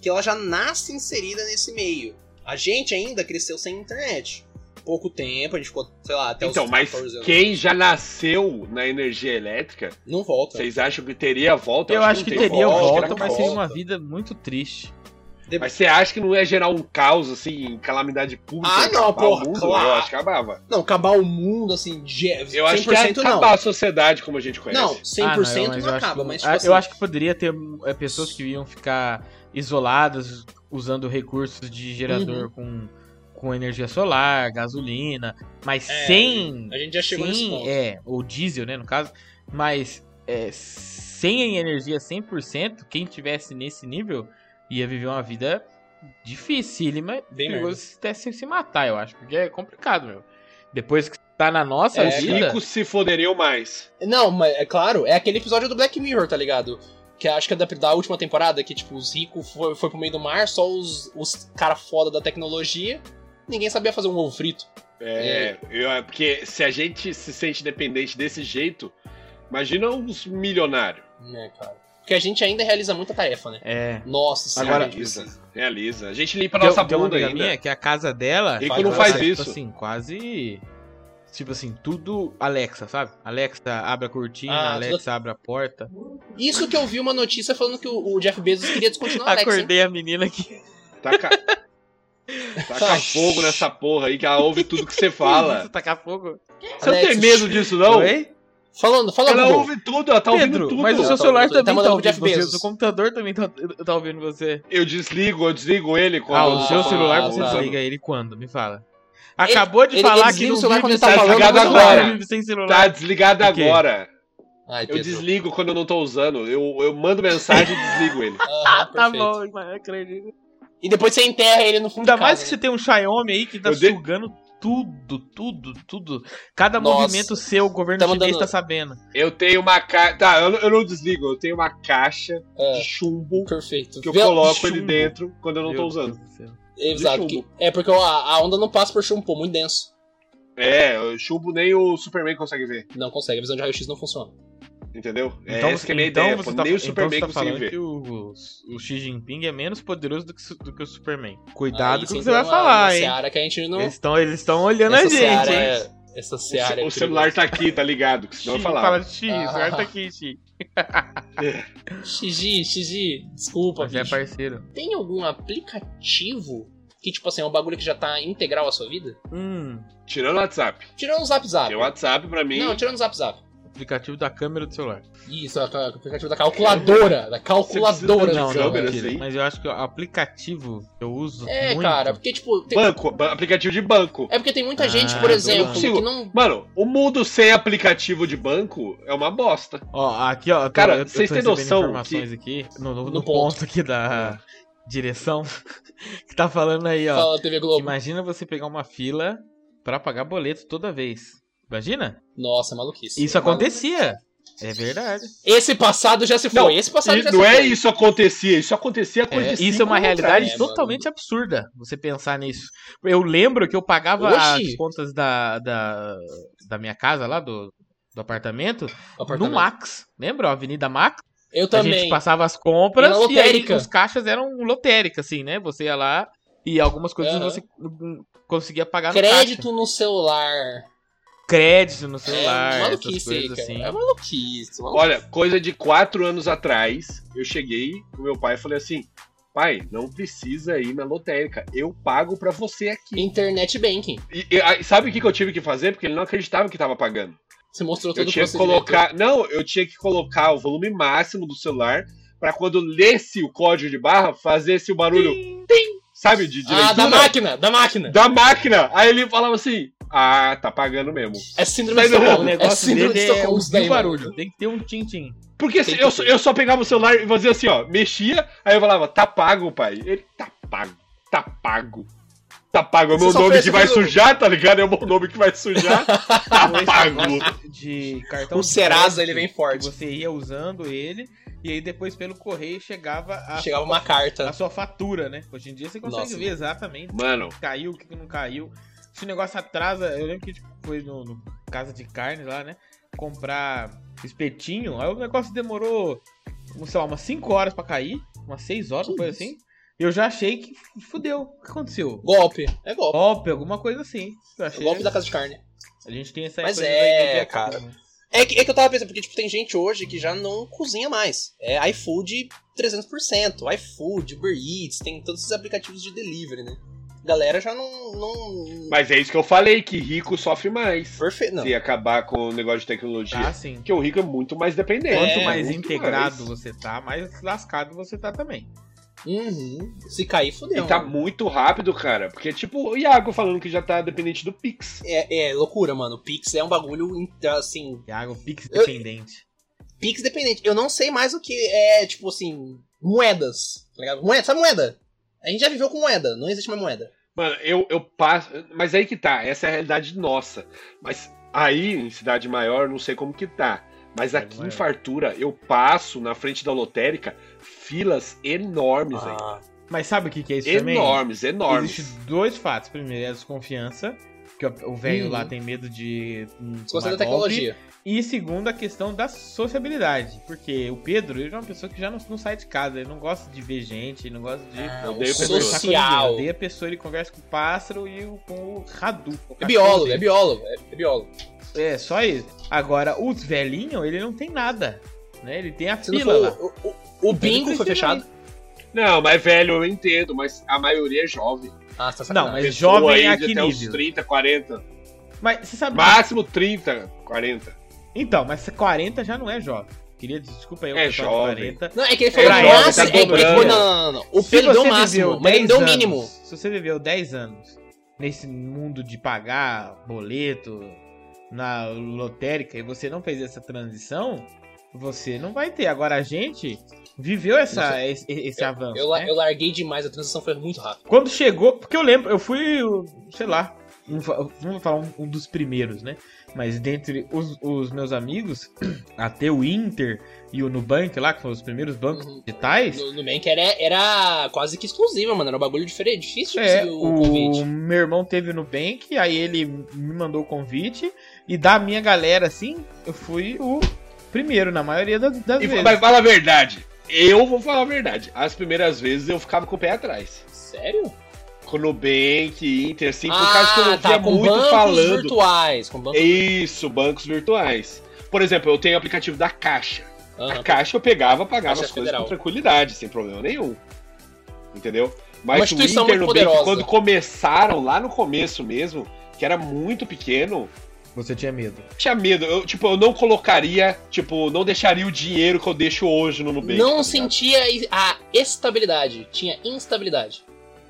B: Que ela já nasce inserida nesse meio. A gente ainda cresceu sem internet. Pouco tempo, a gente ficou, sei lá, até
C: Então,
B: os
C: mas
B: 14 anos.
C: quem já nasceu na energia elétrica,
B: Não volta.
C: vocês acham Então, que teria volta?
A: Eu, acho que,
C: não tem
A: teria
B: volta,
A: volta,
C: acho que
A: mas
C: não
A: seria
C: volta.
A: uma vida muito triste.
C: Mas você acha que não ia gerar um caos, assim, calamidade pública?
B: Ah, não,
C: acabar
B: porra,
C: o mundo?
B: claro.
C: Eu acho que acabava.
B: Não, acabar o mundo, assim, de...
C: Eu
B: 100%
C: acho que é ia
B: não.
C: acabar a sociedade como a gente conhece.
B: Não, 100%
A: Ah,
B: não,
A: eu acho
B: acaba,
A: que-
B: mas
A: ah,
B: tipo assim,
A: Eu acho que poderia ter é, pessoas que iam ficar isoladas usando recursos de
B: Uhum.
A: gerador com, com energia solar, gasolina, mas
B: É,
A: sem.
B: a gente já chegou nesse
A: sem
B: ponto.
A: é, ou diesel, né, no caso, mas. é, sem energia 100%, quem tivesse nesse nível ia viver uma vida dificílima.
B: Bem merda.
A: perigoso se até se se matar, eu acho. Porque é complicado, meu. Depois que tá na nossa
B: É,
C: Os
A: vida...
C: ricos se foderiam mais.
B: Não, mas é claro, é aquele episódio do Black Mirror, tá ligado? Que acho que é da, da última temporada, que tipo, os ricos foi, foi pro meio do mar, só os, os cara foda da tecnologia, ninguém sabia fazer um ovo frito.
C: É, eu- é, porque se a gente se sente dependente desse jeito, imagina os milionários.
B: Né, cara? Porque a gente ainda realiza muita tarefa, né?
A: É.
B: Nossa senhora.
C: Agora,
B: meu Deus.
C: realiza, realiza. A gente limpa
A: Tem-
C: nossa
A: tem uma
C: bunda
A: amiga
C: ainda.
A: minha que é a casa dela.
C: Rico
A: faz-
B: não faz
A: tipo
C: isso.
A: assim, quase. Tipo assim, tudo Alexa, sabe? Alexa abre a cortina,
B: Ah,
A: Alexa abre a porta.
B: Isso que eu vi uma notícia falando que o, o Jeff Bezos queria descontinuar a Alexa. hein?
A: Acordei a menina aqui.
C: Taca,
A: *laughs*
C: Taca fogo nessa porra aí que ela ouve tudo que você fala.
A: Tacar fogo.
C: Você não
B: Alex,
C: tem medo disso, não?
A: Oi?
B: Falando, fala
C: Ela
B: Google.
C: ouve tudo, ela tá ouvindo
A: Pedro,
C: tudo.
A: mas o seu
B: Ela tá
A: celular
B: ouvindo- tá
A: também tá,
B: mandando pro
A: ouvindo
B: Jeff
A: você. O
B: Bezos.
A: seu computador também tá, tá ouvindo você.
C: Eu desligo, eu desligo ele quando.
A: Ah,
B: Ah,
A: o seu
B: tá,
A: celular
B: tá.
A: você desliga ele quando? Me fala.
B: Ele-
A: Acabou de
B: ele-
A: falar
B: ele
A: que
B: desliga
A: não
B: o celular
A: vive
B: quando ele
A: sem
B: tá
A: celular.
C: falando,
A: Não
C: agora.
A: vive sem
C: Tá
A: celular.
C: desligado
A: O quê?
C: agora.
B: Ai,
C: Eu
B: Pedro.
C: desligo quando eu não tô usando. Eu, eu mando mensagem e desligo ele. *laughs*
B: Aham,
A: Tá
B: perfeito.
A: bom, mas acredito.
B: E depois você enterra ele no fundo
A: Ainda
B: da
A: mais
B: casa.
A: que você tem um Xiaomi aí que tá
C: Eu dei-
A: sugando tudo, tudo, tudo. Cada
B: Nossa.
A: movimento seu, o governo
B: Tá
A: chinês
B: mandando-
A: tá sabendo.
C: Eu tenho uma caixa. Tá, eu, não- eu não desligo. Eu tenho uma caixa
B: É.
C: de chumbo
B: Perfeito.
C: que eu
B: Vê-
C: coloco ele
A: chumbo.
C: dentro quando eu não tô
A: Meu
C: usando.
A: Deus do céu.
B: Exato.
C: chumbo.
B: que- É porque a, a onda não passa por chumbo, pô, muito denso.
C: É, o chumbo nem o Superman consegue ver.
B: Não consegue, a visão de raio-x não funciona.
C: Entendeu? É
A: Então,
C: essa
A: você-
C: que é a minha
A: então
C: ideia.
A: você
C: pô.
A: tá,
C: nem o
A: então
C: Superman
A: você tá
C: consegue
A: falando
C: ver.
A: que o, o Xi Jinping é menos poderoso do que, su- do que o Superman. Cuidado
C: Ah,
B: Aí
A: com o que
C: é
B: entra
A: você vai
B: uma-
A: falar,
B: uma
A: hein?
B: Seara que a gente não.
A: Eles estão eles tão olhando a
B: essa
A: gente,
B: seara
A: hein?
B: é. Essa seara é
C: O, ce- o celular tá aqui, tá ligado? Que
A: Xi,
C: senão eu falava.
A: fala Xi,
B: Ah.
A: certo aqui,
C: *laughs*
A: Xi.
B: perigosa. Xigi, Xigi, desculpa,
A: Mas é
B: bicho.
A: parceiro.
B: Tem algum aplicativo que, tipo assim, é um bagulho que já tá integral à sua vida?
A: Hum,
C: Tirando o WhatsApp.
B: Tirando o Zap Zap.
A: Ah,
C: Porque o WhatsApp pra mim.
B: Não, tirando o Zap Zap.
A: aplicativo da câmera do celular.
B: Isso, é o aplicativo da calculadora. Da calculadora.
C: Você precisa
B: do
C: de
B: jogo.
C: câmera? assim?
A: Mas eu acho que o aplicativo que eu uso
B: É,
A: muito...
B: cara, porque, tipo. tem-
C: Banco, ba- aplicativo de banco.
B: É porque tem muita
A: Ah,
B: gente, por
A: eu
B: exemplo,
C: consigo.
B: que não.
C: Mano, o mundo sem aplicativo de banco é uma bosta.
A: Ó, aqui, ó. eu tô-
C: Cara,
A: eu tô
C: vocês têm
A: recebendo
C: noção
A: informações aqui, no, no-
B: No
A: no
B: ponto.
A: ponto. aqui
C: *laughs*
A: da direção, *laughs* que tá falando aí, ó.
B: Fala TV Globo.
A: Imagina você pegar uma fila pra pagar boleto toda vez. Imagina?
B: Nossa, é maluquice.
A: Isso acontecia. É verdade.
B: Esse passado já se foi.
C: Não,
B: Esse passado
C: E
B: já
C: não
B: se
C: é
B: foi.
C: isso acontecia, isso acontecia
A: É,
C: acontecia.
A: isso é uma realidade
C: né,
B: atrás.
A: totalmente absurda, você pensar nisso. Eu lembro que eu pagava
B: Hoje?
A: as contas da, da, da minha casa lá, do, do apartamento,
B: Apartamento.
A: no Max. Lembra? A Avenida Max?
B: Eu
A: A
B: também.
A: gente passava as compras
B: Era
A: e aí
B: lotérica.
A: os caixas eram lotérica, assim, né? Você ia lá e algumas coisas
B: Aham.
A: você hum, conseguia pagar no caixa.
B: Crédito no celular.
A: Crédito no celular,
B: é
A: essas
B: maluquice aí,
A: coisas
B: cara.
A: assim.
B: É maluquice. maluquice.
C: Olha, coisa de quatro anos atrás, eu cheguei pro meu pai e falei assim: pai, não precisa ir na lotérica, eu pago pra você aqui.
B: Internet Banking.
C: E, e- aí, sabe o que, que eu tive que fazer? Porque ele não acreditava que tava pagando.
B: Você mostrou todo
C: Eu
B: o
C: tinha que
B: procedimento.
C: colocar. Não, eu tinha que colocar o volume máximo do celular pra quando lesse o código de barra, fazer esse barulho. tim, Sabe, de, de
B: Ah, da
C: leitura?
B: máquina, da máquina.
C: da máquina. Aí ele falava assim: Ah, tá pagando mesmo.
B: *laughs* É síndrome de
C: Mas não,
A: O
B: Estocolmo. É
A: negócio
B: síndrome de
A: dele é
B: Estocolmo isso daí,
A: ouvir
B: mano.
A: barulho. Tem que ter um tim-tim.
C: Porque
B: Tem
C: se-
B: que
C: eu,
B: ter.
C: só- eu só pegava o celular e fazia assim, ó, mexia, aí eu falava, tá pago, pai. Ele, tá pago, tá pago. Tá pago, é o
B: Você
C: meu
B: só
C: nome
B: fez
C: que vai
B: aquilo-
C: sujar, tá ligado? É o meu nome que
A: *laughs*
C: vai sujar, tá pago.
A: De cartão de
B: O Um Serasa,
A: crédito,
B: ele vem
A: que
B: forte.
A: Você ia usando ele e aí depois pelo correio chegava a,
B: Chegava uma
A: a
B: carta.
A: sua fatura, né? Hoje em dia você consegue
B: Nossa,
A: ver exatamente.
C: Mano,
A: que caiu, o que que não caiu. Se o negócio atrasa, eu lembro que a gente foi no, no Casa de Carne lá, né? Comprar espetinho. Aí o negócio demorou, não sei lá, umas 5 horas pra cair, umas 6 horas,
B: Que
A: uma coisa
B: isso?
A: assim. Eu já achei que fudeu. O que aconteceu?
B: Golpe. É golpe. É
A: Golpe, alguma coisa assim. Eu achei-
B: Golpe da casa de carne.
A: A gente tem essa
B: Mas
A: coisa
B: é,
A: da ideia,
B: cara. É que, é que eu tava pensando, porque tipo, tem gente hoje que já não cozinha mais. É iFood 300%, iFood, Uber Eats, tem todos esses aplicativos de delivery, né? Galera já não. não...
C: mas é isso que eu falei, que rico sofre mais.
B: Perfeito, não.
C: Se acabar com o negócio de tecnologia.
A: Tá, assim.
C: Porque o rico é muito mais dependente.
A: Quanto
B: É,
A: mais
C: muito
A: integrado
C: mais.
A: você tá, mais lascado você tá também.
B: Uhum. Se cair, né? fodeu.
C: E
A: é um
C: tá muito rápido, cara. Porque, tipo, o Iago falando que já tá dependente do Pix.
B: É, é loucura, mano. O Pix é um bagulho, assim,
A: Iago, Pix
B: Eu-
A: dependente.
B: Pix dependente. Eu não sei mais o que é, tipo assim, moedas. Tá ligado? Moeda, sabe moeda? A gente já viveu com moeda, não existe mais moeda.
C: Mano, eu, eu passo. Mas aí que tá, essa é a realidade nossa. Mas aí, em cidade maior, não sei como que tá. Mas
A: Cidade
C: aqui
A: É maior.
C: em Fartura, eu passo na frente da lotérica filas
A: Ah,
C: enormes, velho.
A: Mas sabe o que, que é isso também?
C: Enormes, enormes.
A: Existem dois fatos. Primeiro é a desconfiança, que o- o velho
B: Uhum.
A: lá tem medo de. hum,
B: Desconto da
A: tomar golpe.
B: tecnologia.
A: E segundo, a questão da sociabilidade. Porque o Pedro, ele é uma pessoa que já não, não sai de casa, ele não gosta de ver gente, ele não gosta de.
B: Ah,
C: Eu
B: o
C: odeio pessoas.
A: conversar tá com ninguém.
B: social.
A: Odeia a pessoa, ele conversa com o pássaro e o- com o radu. com o
B: É
A: cachorro
B: biólogo, é
A: dele.
B: biólogo, é é biólogo.
A: É, só isso. Agora, os velhinhos, ele não tem nada. Né? Ele tem a
B: Se não
A: fila lá.
B: for, o, o- o bingo foi fechado.
C: Não, mas velho, eu entendo, mas a maioria é jovem.
B: Ah, você tá
A: um Não,
B: sacanagem.
A: mas
C: Pessoa
A: É jovem
C: aí
A: a
C: de
A: que
C: até uns
A: nível?
C: 30, 40.
A: Mas você sabe.
C: Máximo 30, 40.
A: Então, mas 40 já não é jovem. Queria, desculpa eu,
C: É
A: pessoal
C: jovem.
A: de 40.
B: Não, é que ele falou
A: Pra
B: é,
A: ele,
B: máximo.
A: tá
B: é, é, que ele falou,
A: dobrando.
B: não, não, não, não. O
A: Se
B: Pedro deu o
A: você
B: máximo,
A: viveu
B: mas ele
A: 10
B: deu o
A: anos,
B: mínimo.
A: Se você viveu 10 anos nesse mundo de pagar boleto na lotérica e você não fez essa transição, você não vai ter. Agora a gente viveu
B: Nossa,
A: essa, esse, esse avanço.
B: Eu,
A: né?
B: la- eu larguei demais, a transição foi muito rápida.
A: Quando chegou, porque eu lembro, eu fui, o- sei lá, um fa- vamos falar um, um dos primeiros, né? Mas dentre os, os meus amigos, *clears throat* até o Inter e o Nubank lá, que foram os primeiros bancos
B: Uhum.
A: digitais,
B: No, no Bank era, era quase que exclusiva, mano. Era um bagulho diferente, difícil de
A: É,
B: conseguir o convite.
A: o meu irmão teve no Bank, aí ele me mandou o convite, e da minha galera, assim, eu fui o primeiro, na maioria das, das
C: E,
A: vezes.
C: mas fala a verdade. Eu vou falar a verdade. As primeiras vezes eu ficava com o pé atrás.
B: Sério?
C: Com o Nubank, Inter, assim, por causa que eu ouvia
B: Ah, tá, com
C: muito
B: bancos
C: falando.
B: virtuais. Com bancos...
C: Isso, bancos virtuais. Por exemplo, eu tenho o aplicativo da Caixa. A
B: Aham.
C: Caixa eu pegava, pagava
B: Caixa é
C: as coisas
B: Federal.
C: com tranquilidade, sem problema nenhum. Entendeu?
B: Uma
C: Mas o
B: instituição
C: Inter
B: muito
C: no Bank,
B: poderosa.
C: quando começaram, lá no começo mesmo, que era muito pequeno,
A: Você tinha medo.
C: tinha medo. Eu, tipo, eu não colocaria, tipo, não deixaria o dinheiro que eu deixo hoje no Nubank.
B: Não
C: tá ligado?
B: sentia i- a estabilidade, tinha instabilidade.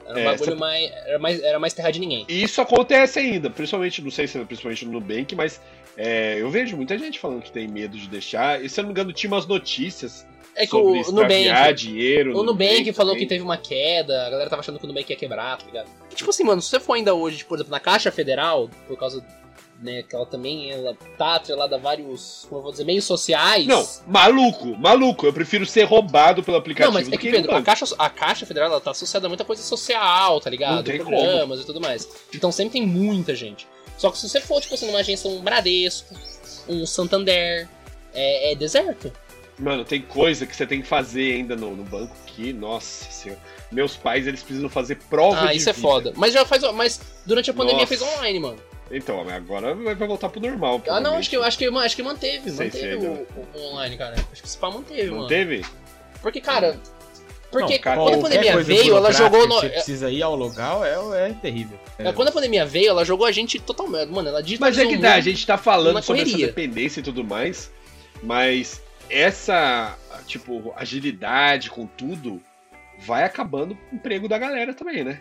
B: Era um
C: É,
B: bagulho
C: essa-
B: mais, era mais. Era mais terra de ninguém.
C: E isso acontece ainda, principalmente, não sei se é principalmente no Nubank, mas é, eu vejo muita gente falando que tem medo de deixar. E se eu não me engano, tinha umas notícias
B: É que
C: sobre
B: o
C: extraviar
B: Nubank.
C: dinheiro.
B: O
C: no
B: Nubank falou que
C: também.
B: teve uma queda, a galera tava achando que o Nubank ia quebrar, tá ligado? E, tipo assim, mano, se você for ainda hoje, tipo, por exemplo, na Caixa Federal, por causa. Né, que ela também ela tá atrelada a vários, como eu vou dizer, meios sociais.
C: Não, maluco, maluco. Eu prefiro ser roubado pelo aplicativo
B: Não, mas é
C: do
B: que,
C: que
B: Pedro,
C: no
B: a
C: banco.
B: Caixa, a Caixa Federal ela tá associada a muita coisa social, tá ligado?
C: Não tem
B: Programas e tudo mais. Então sempre tem muita gente. Só que se você for, tipo assim, numa agência, um Bradesco, um Santander, é, é deserto.
C: Mano, tem coisa que você tem que fazer ainda no, no banco que, nossa senhora. Meus pais, eles precisam fazer prova
B: ah,
C: de
B: isso é
C: vida.
B: foda. Mas já faz. Mas durante a pandemia
C: Nossa.
B: fez online, mano.
C: Então, mas agora vai vai voltar pro normal.
B: Ah, não,
C: provavelmente.
B: acho que, acho que, acho que manteve.
C: Sei,
B: manteve
C: sei, então.
B: o,
C: não.
B: o- o online, cara. Acho que o SPA manteve,
C: Não
B: mano.
C: teve?
B: Porque, cara. Porque
A: Não,
C: cara,
B: quando a
A: qualquer
B: pandemia
A: coisa
B: veio, ela
A: burocrática
B: jogou.
A: que
B: no-
A: Você precisa ir ao local, é, é terrível.
B: é, Quando a pandemia veio, ela jogou a gente totalmente. Mano, ela
C: Mas é
B: digitalizou
C: que
B: o
C: dá, a
B: mundo.
C: gente tá falando
B: Uma
C: sobre essa
B: correria.
C: dependência e tudo mais, mas essa, tipo, agilidade com tudo vai acabando o emprego da galera também, né?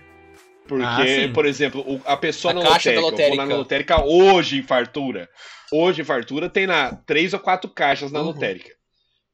C: Porque,
A: Ah, sim.
C: por exemplo, o- a pessoa
B: A
C: na
B: caixa
C: lotérica,
B: da
C: eu vou lá na lotérica hoje em fartura. Hoje em fartura tem lá três ou quatro caixas na
B: Uhum.
C: lotérica.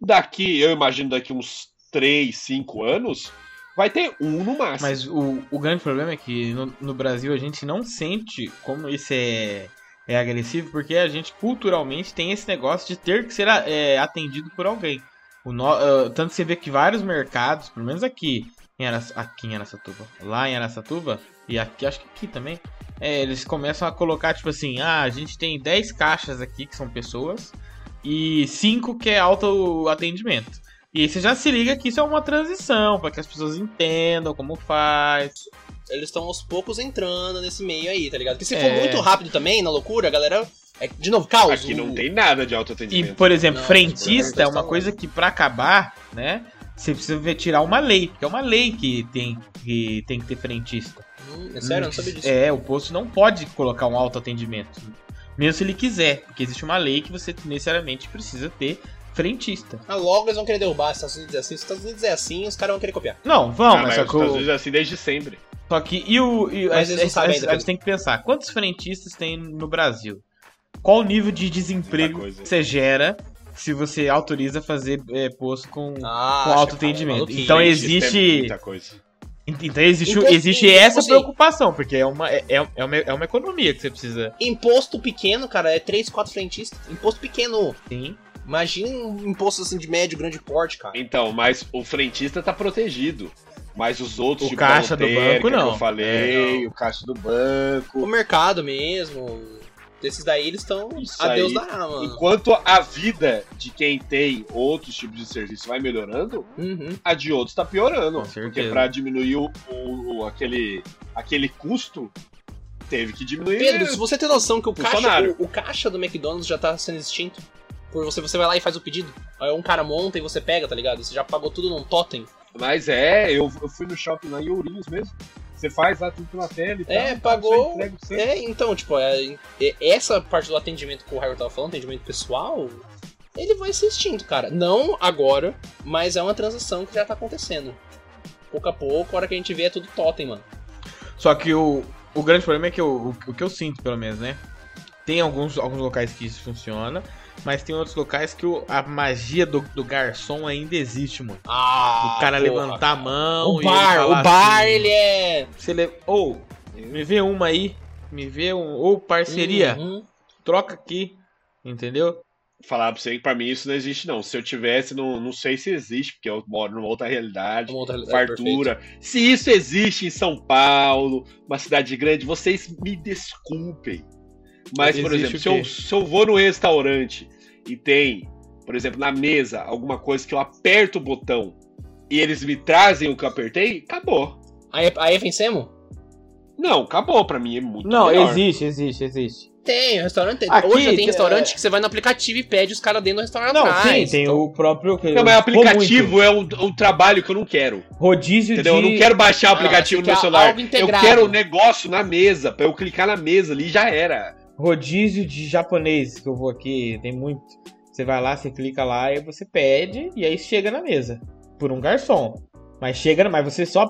C: Daqui, eu imagino daqui uns três, cinco anos, vai ter um no máximo.
A: Mas o, o grande problema é que no, no Brasil a gente não sente como isso é, é agressivo, porque a gente culturalmente tem esse negócio de ter que ser a- é, atendido por alguém. O no- ah, tanto que você vê que vários mercados, pelo menos aqui em, Aras, aqui em Aracatuba, lá em Aracatuba, e aqui acho que aqui também, é, eles começam a colocar tipo assim: ah, a gente tem 10 caixas aqui que são pessoas, e 5 que é autoatendimento. E aí você já se liga que isso é uma transição, pra que as pessoas entendam como faz.
B: Eles estão aos poucos entrando nesse meio aí, tá ligado? Porque se
A: É.
B: for muito rápido também, na loucura, a galera. é- de novo, caos.
C: Aqui não
B: o-
C: tem nada de
A: E,
C: autoatendimento.
A: por exemplo,
B: Não,
A: frentista
B: tipo,
A: é uma coisa que pra acabar, né? Você precisa ver- tirar uma lei, que é uma lei que tem que, tem que ter frentista.
B: Hum, é sério, eu não sabia disso.
A: É, o posto não pode colocar um autoatendimento. Mesmo se ele quiser, porque existe uma lei que você necessariamente precisa ter frentista.
B: Ah, logo eles vão querer derrubar, os Estados Unidos é assim, os Estados Unidos é assim, os caras vão querer copiar.
A: Não,
C: Ah,
A: vão, mas,
C: mas
A: só
C: os
A: que o-
C: Estados Unidos é assim desde sempre.
A: Só que, e o. E,
B: Mas
A: a-
B: eles não
A: a-
B: sabem né?
A: a-
B: ainda,
A: a-
B: Pedro.
A: gente tem que pensar: quantos frentistas tem no Brasil? Qual o nível de
C: Muita
A: desemprego
C: coisa.
A: que você gera se você autoriza fazer é, post com.
B: Ah,
A: Com
B: acho
A: autoatendimento.
B: que é
A: Então
B: maluquice.
A: ele- existe-
C: Isso é muita coisa.
A: Então existe, o-
B: Então,
A: existe
B: sim,
A: essa
B: sim.
A: preocupação, porque é uma, é, é é uma, é uma economia que você precisa.
B: Imposto pequeno, cara, é 3, 4 frentistas. Imposto pequeno.
A: Sim.
B: Imagina um imposto assim de médio, grande porte, cara.
C: Então, mas o frentista tá protegido. Mas os outros
A: O caixa do banco,
C: Pantérica,
A: não.
C: Que eu falei, o caixa do banco.
B: O mercado mesmo. Desses daí eles estão.
C: Isso
B: A Deus
C: aí.
B: dará, mano.
C: Enquanto a vida de quem tem outros tipos de serviço vai melhorando,
B: Uhum.
C: a de outros tá piorando.
A: Com
C: Porque
A: certeza.
C: pra diminuir o, o- o- aquele, aquele custo, teve que diminuir.
B: Pedro, se você tem noção que o caixa,
C: Funcionário.
B: o, o caixa do McDonald's já tá sendo extinto. Por você, você vai lá e faz o pedido. Aí um cara monta e você pega, tá ligado? Você já pagou tudo num totem.
C: Mas é, eu, eu fui no shopping lá em Ourinhos mesmo. Você faz lá tudo pela tela e
B: É,
C: tal,
B: pagou-
C: você entrega pra você.
B: É, então, tipo, é- é- essa parte do atendimento que o Harold tava falando, atendimento pessoal, ele vai ser extinto, cara. Não agora, mas é uma transação que já tá acontecendo. Pouco a pouco, a hora que a gente vê é tudo totem, mano.
A: Só que o, o grande problema é que eu, o, o que eu sinto, pelo menos, né? Tem alguns, alguns locais que isso funciona, mas tem outros locais que o- a magia do, do garçom ainda existe, mano.
B: Ah!
A: o cara levantar a mão.
B: O
A: e ele
B: bar,
A: falar
B: o bar,
A: assim,
B: ele é.
A: Você le... Ou, me vê uma aí. Me vê um. Ou parceria.
B: Uhum.
A: Troca aqui. Entendeu?
C: Falar pra você que pra mim isso não existe, não. Se eu tivesse, não, não sei se existe, porque eu moro numa outra realidade.
B: É Uma outra
A: É,
B: realidade,
C: fartura. Se isso existe em São Paulo, uma cidade grande, vocês me desculpem. Mas, por
A: Existe
C: exemplo,
A: o
C: se eu,
A: quê?
C: se eu vou num restaurante e tem, por exemplo, na mesa, alguma coisa que eu aperto o botão e eles me trazem o que eu apertei, acabou.
B: perfeito. Aí, é, aí vencemos?
C: Não, acabou pra mim, é muito melhor.
A: existe, existe, existe.
B: Tem, o restaurante tem.
A: Aqui,
B: Hoje já tem
A: é-
B: restaurante que você vai no aplicativo e pede os caras dentro do restaurante
A: Não,
B: atrás.
A: sim, tem o próprio.
C: Não, mas aplicativo é um, um trabalho que eu não quero.
A: Rodízio
C: Entendeu? Eu
A: de.
C: não quero baixar o aplicativo
B: você
A: Ah,
C: no meu
B: quer
C: celular.
B: Então, algo
C: Eu
B: integrado. Então,
C: quero o negócio na mesa, pra eu clicar na mesa ali e já era.
A: Rodízio de japonês, que eu vou aqui, tem muito. Você vai lá, você clica lá e você pede, e aí chega na mesa. Por um garçom. Mas chega, na- mas você só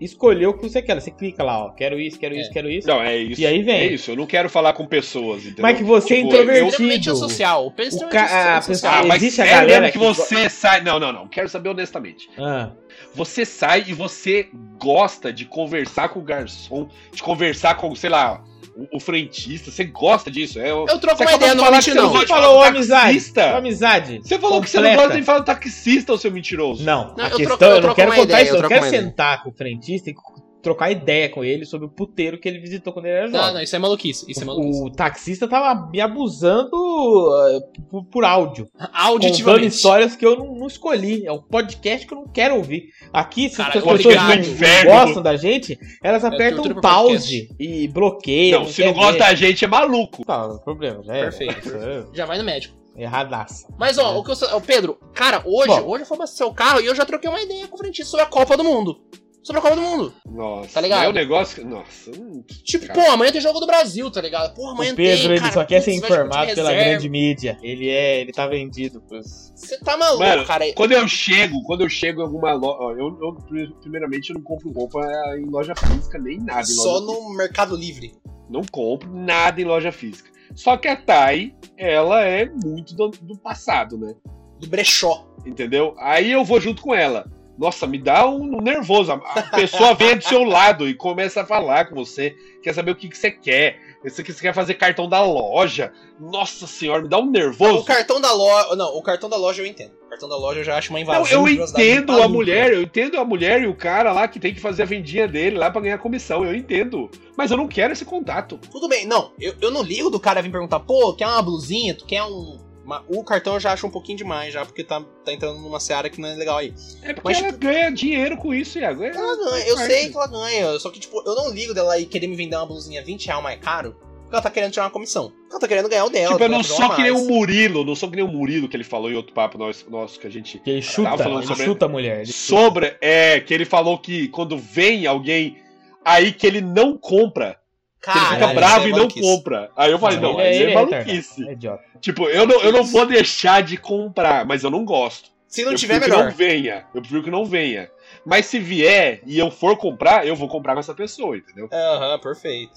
A: escolheu o que você quer. Você clica lá, ó. Quero isso, quero isso,
B: É.
A: quero isso.
C: Não, é isso.
A: E aí vem.
C: É isso, eu não quero falar com pessoas, entendeu?
A: Mas que você é
C: Tipo,
A: introvertido.
B: Extremamente social. Extremamente
A: ca- a pessoa-
B: social.
C: Ah, mas
A: Existe a
C: é
A: galera
C: mesmo que,
A: que
C: você sai. Não, não, não. Quero saber honestamente.
A: Ah.
C: Você sai e você gosta de conversar com o garçom, de conversar com, sei lá, o, o frentista. Você gosta disso? É,
B: Eu troco
C: Você
B: uma
C: acabou
B: ideia,
C: de
B: não
C: falar
B: mente
C: que você
B: não.
C: não
A: Você
C: gosta-
A: falou
C: falar
A: amizade.
C: taxista.
A: Ô, amizade.
C: Você falou que você não
A: Completa.
C: gosta de falar do taxista, ô seu mentiroso.
A: Não,
B: Não,
A: a
B: eu
A: questão,
B: troco- eu
A: eu não
B: troco
A: quero
B: uma
A: contar
B: ideia, eu
A: isso, eu,
B: troco
A: quero
B: uma ideia.
A: sentar com o frentista e trocar ideia com ele sobre o puteiro que ele visitou quando ele era
B: Não,
A: jovem.
B: não, isso é maluquice. Isso é maluquice.
A: o taxista tava me abusando ah, por, por áudio, contando
B: Auditivamente.
A: histórias que eu não, não escolhi. É um podcast que eu não quero ouvir. Aqui, se
B: Cara,
A: as
B: eu tô
A: pessoas
B: ligado.
A: não gostam da gente, elas apertam
B: tortura
A: um
B: pro
A: pause e bloqueiam.
C: Não, se não
A: quer
C: gosta
A: ver.
C: da gente, é maluco.
A: Tá, o problema já é.
B: Perfeito, Já vai no médico.
A: Erradaça.
B: Mas ó,
A: É.
B: o que eu sa- ó, Pedro, cara, hoje,
A: Bom.
B: hoje eu fui abastecer o carro e eu já troquei uma ideia com o frentista sobre a Copa do Mundo. Sobre a Copa do Mundo.
C: Nossa,
B: Tá ligado?
C: É um negócio. que- Nossa. hum,
B: Tipo,
C: Cara.
B: pô, amanhã tem jogo do Brasil, tá ligado? Pô,
A: O
B: amanhã tem,
A: Pedro, ele
B: cara,
A: só quer
B: putz,
A: ser
B: vai jogar de
A: informado pela
B: reserva.
A: grande mídia. Ele é, ele tá vendido pros,
B: Você tá maluco,
C: Mano,
B: cara.
C: Quando eu chego, quando eu chego em alguma loja. Eu, eu, primeiramente, eu não compro roupa em loja física, nem nada. Em
B: Só
C: loja
B: no Mercado Livre.
C: Não compro nada em loja física. Só que a Thay, ela é muito do, do passado, né?
B: Do brechó.
C: Entendeu? Aí eu vou junto com ela. Nossa, me dá um nervoso. A- A pessoa vem do seu lado e começa a falar com você, quer saber o que, que você quer. Você que você quer fazer cartão da loja. Nossa senhora, me dá um nervoso.
B: O cartão da loja. Não, o cartão da loja eu entendo. O cartão da loja eu já acho uma
C: Não,
B: invasão.
C: eu
B: de curiosidade
C: entendo a
B: maluca.
C: mulher, eu entendo a mulher e o cara lá que tem que fazer a vendinha dele lá pra ganhar comissão, eu entendo. Mas eu não quero esse contato.
B: Tudo bem, não, eu, eu não ligo do cara vir perguntar, pô, quer uma blusinha? Tu quer um. uma- o cartão eu já acho um pouquinho demais, já, porque tá, tá entrando numa seara que não é legal aí.
C: É porque
B: Mas,
C: ela
B: tipo,
C: ganha dinheiro com isso, Iago. É-
B: Ela ganha, eu sei que ela ganha, só que, tipo, eu não ligo dela aí querer me vender uma blusinha 20 reais mais caro, porque ela tá querendo tirar uma comissão. Ela tá querendo ganhar o dela.
C: Tipo, eu
B: ela
C: não
B: quer
C: sou
B: ganhar
C: que nem o
B: mais.
C: Murilo, não sou que nem o Murilo que ele falou em outro papo nosso, nosso que a gente.
A: Que ele chuta,
C: Tava falando
A: ele
C: sobre-
A: chuta a mulher. Ele...
C: Sobre. É, que ele falou que quando vem alguém aí que ele não compra, que ele
B: Caralho,
C: fica
B: isso é
C: bravo e não
B: maluquice.
C: compra. Aí eu falei,
A: Não,
C: não,
A: ele é-
C: aí é
A: ele é retardado.
C: maluquice.
A: É idiota.
C: Tipo, eu não, eu não vou deixar de comprar, mas eu não gosto.
B: Se não
C: eu
B: tiver,
C: prefiro
B: melhor.
C: que não venha. Eu prefiro que não venha. Mas se vier e eu for comprar, eu vou comprar com essa pessoa, entendeu?
B: Aham, perfeito.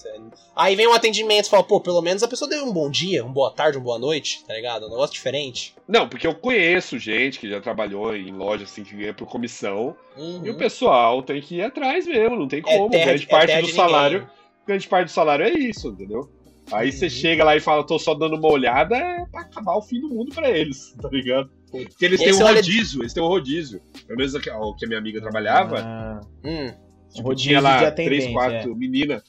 B: Aí vem um atendimento e fala, pô, pelo menos a pessoa deu um bom dia, uma boa tarde, uma boa noite, tá ligado? Um negócio diferente.
C: Não, porque eu conheço gente que já trabalhou em loja assim que ganha por comissão.
B: Uhum.
C: E o pessoal tem que ir atrás mesmo, não tem como.
B: terra
C: grande
B: de- é
C: parte
B: terra
C: do
B: de
C: salário.
B: ninguém.
C: Grande parte do salário é isso, entendeu? Aí você
B: Uhum.
C: chega lá e fala, tô só dando uma olhada, é pra acabar o fim do mundo pra eles, *laughs* tá ligado? Porque eles
B: E
C: têm
B: aí
C: um
B: você olha-
C: rodízio, eles têm um rodízio. Pelo menos que- o que a minha amiga trabalhava,
A: Ah,
B: Hum.
C: Tipo,
A: rodízio
C: tinha
A: de
C: lá
A: atendente,
C: três,
B: é.
C: quatro meninas.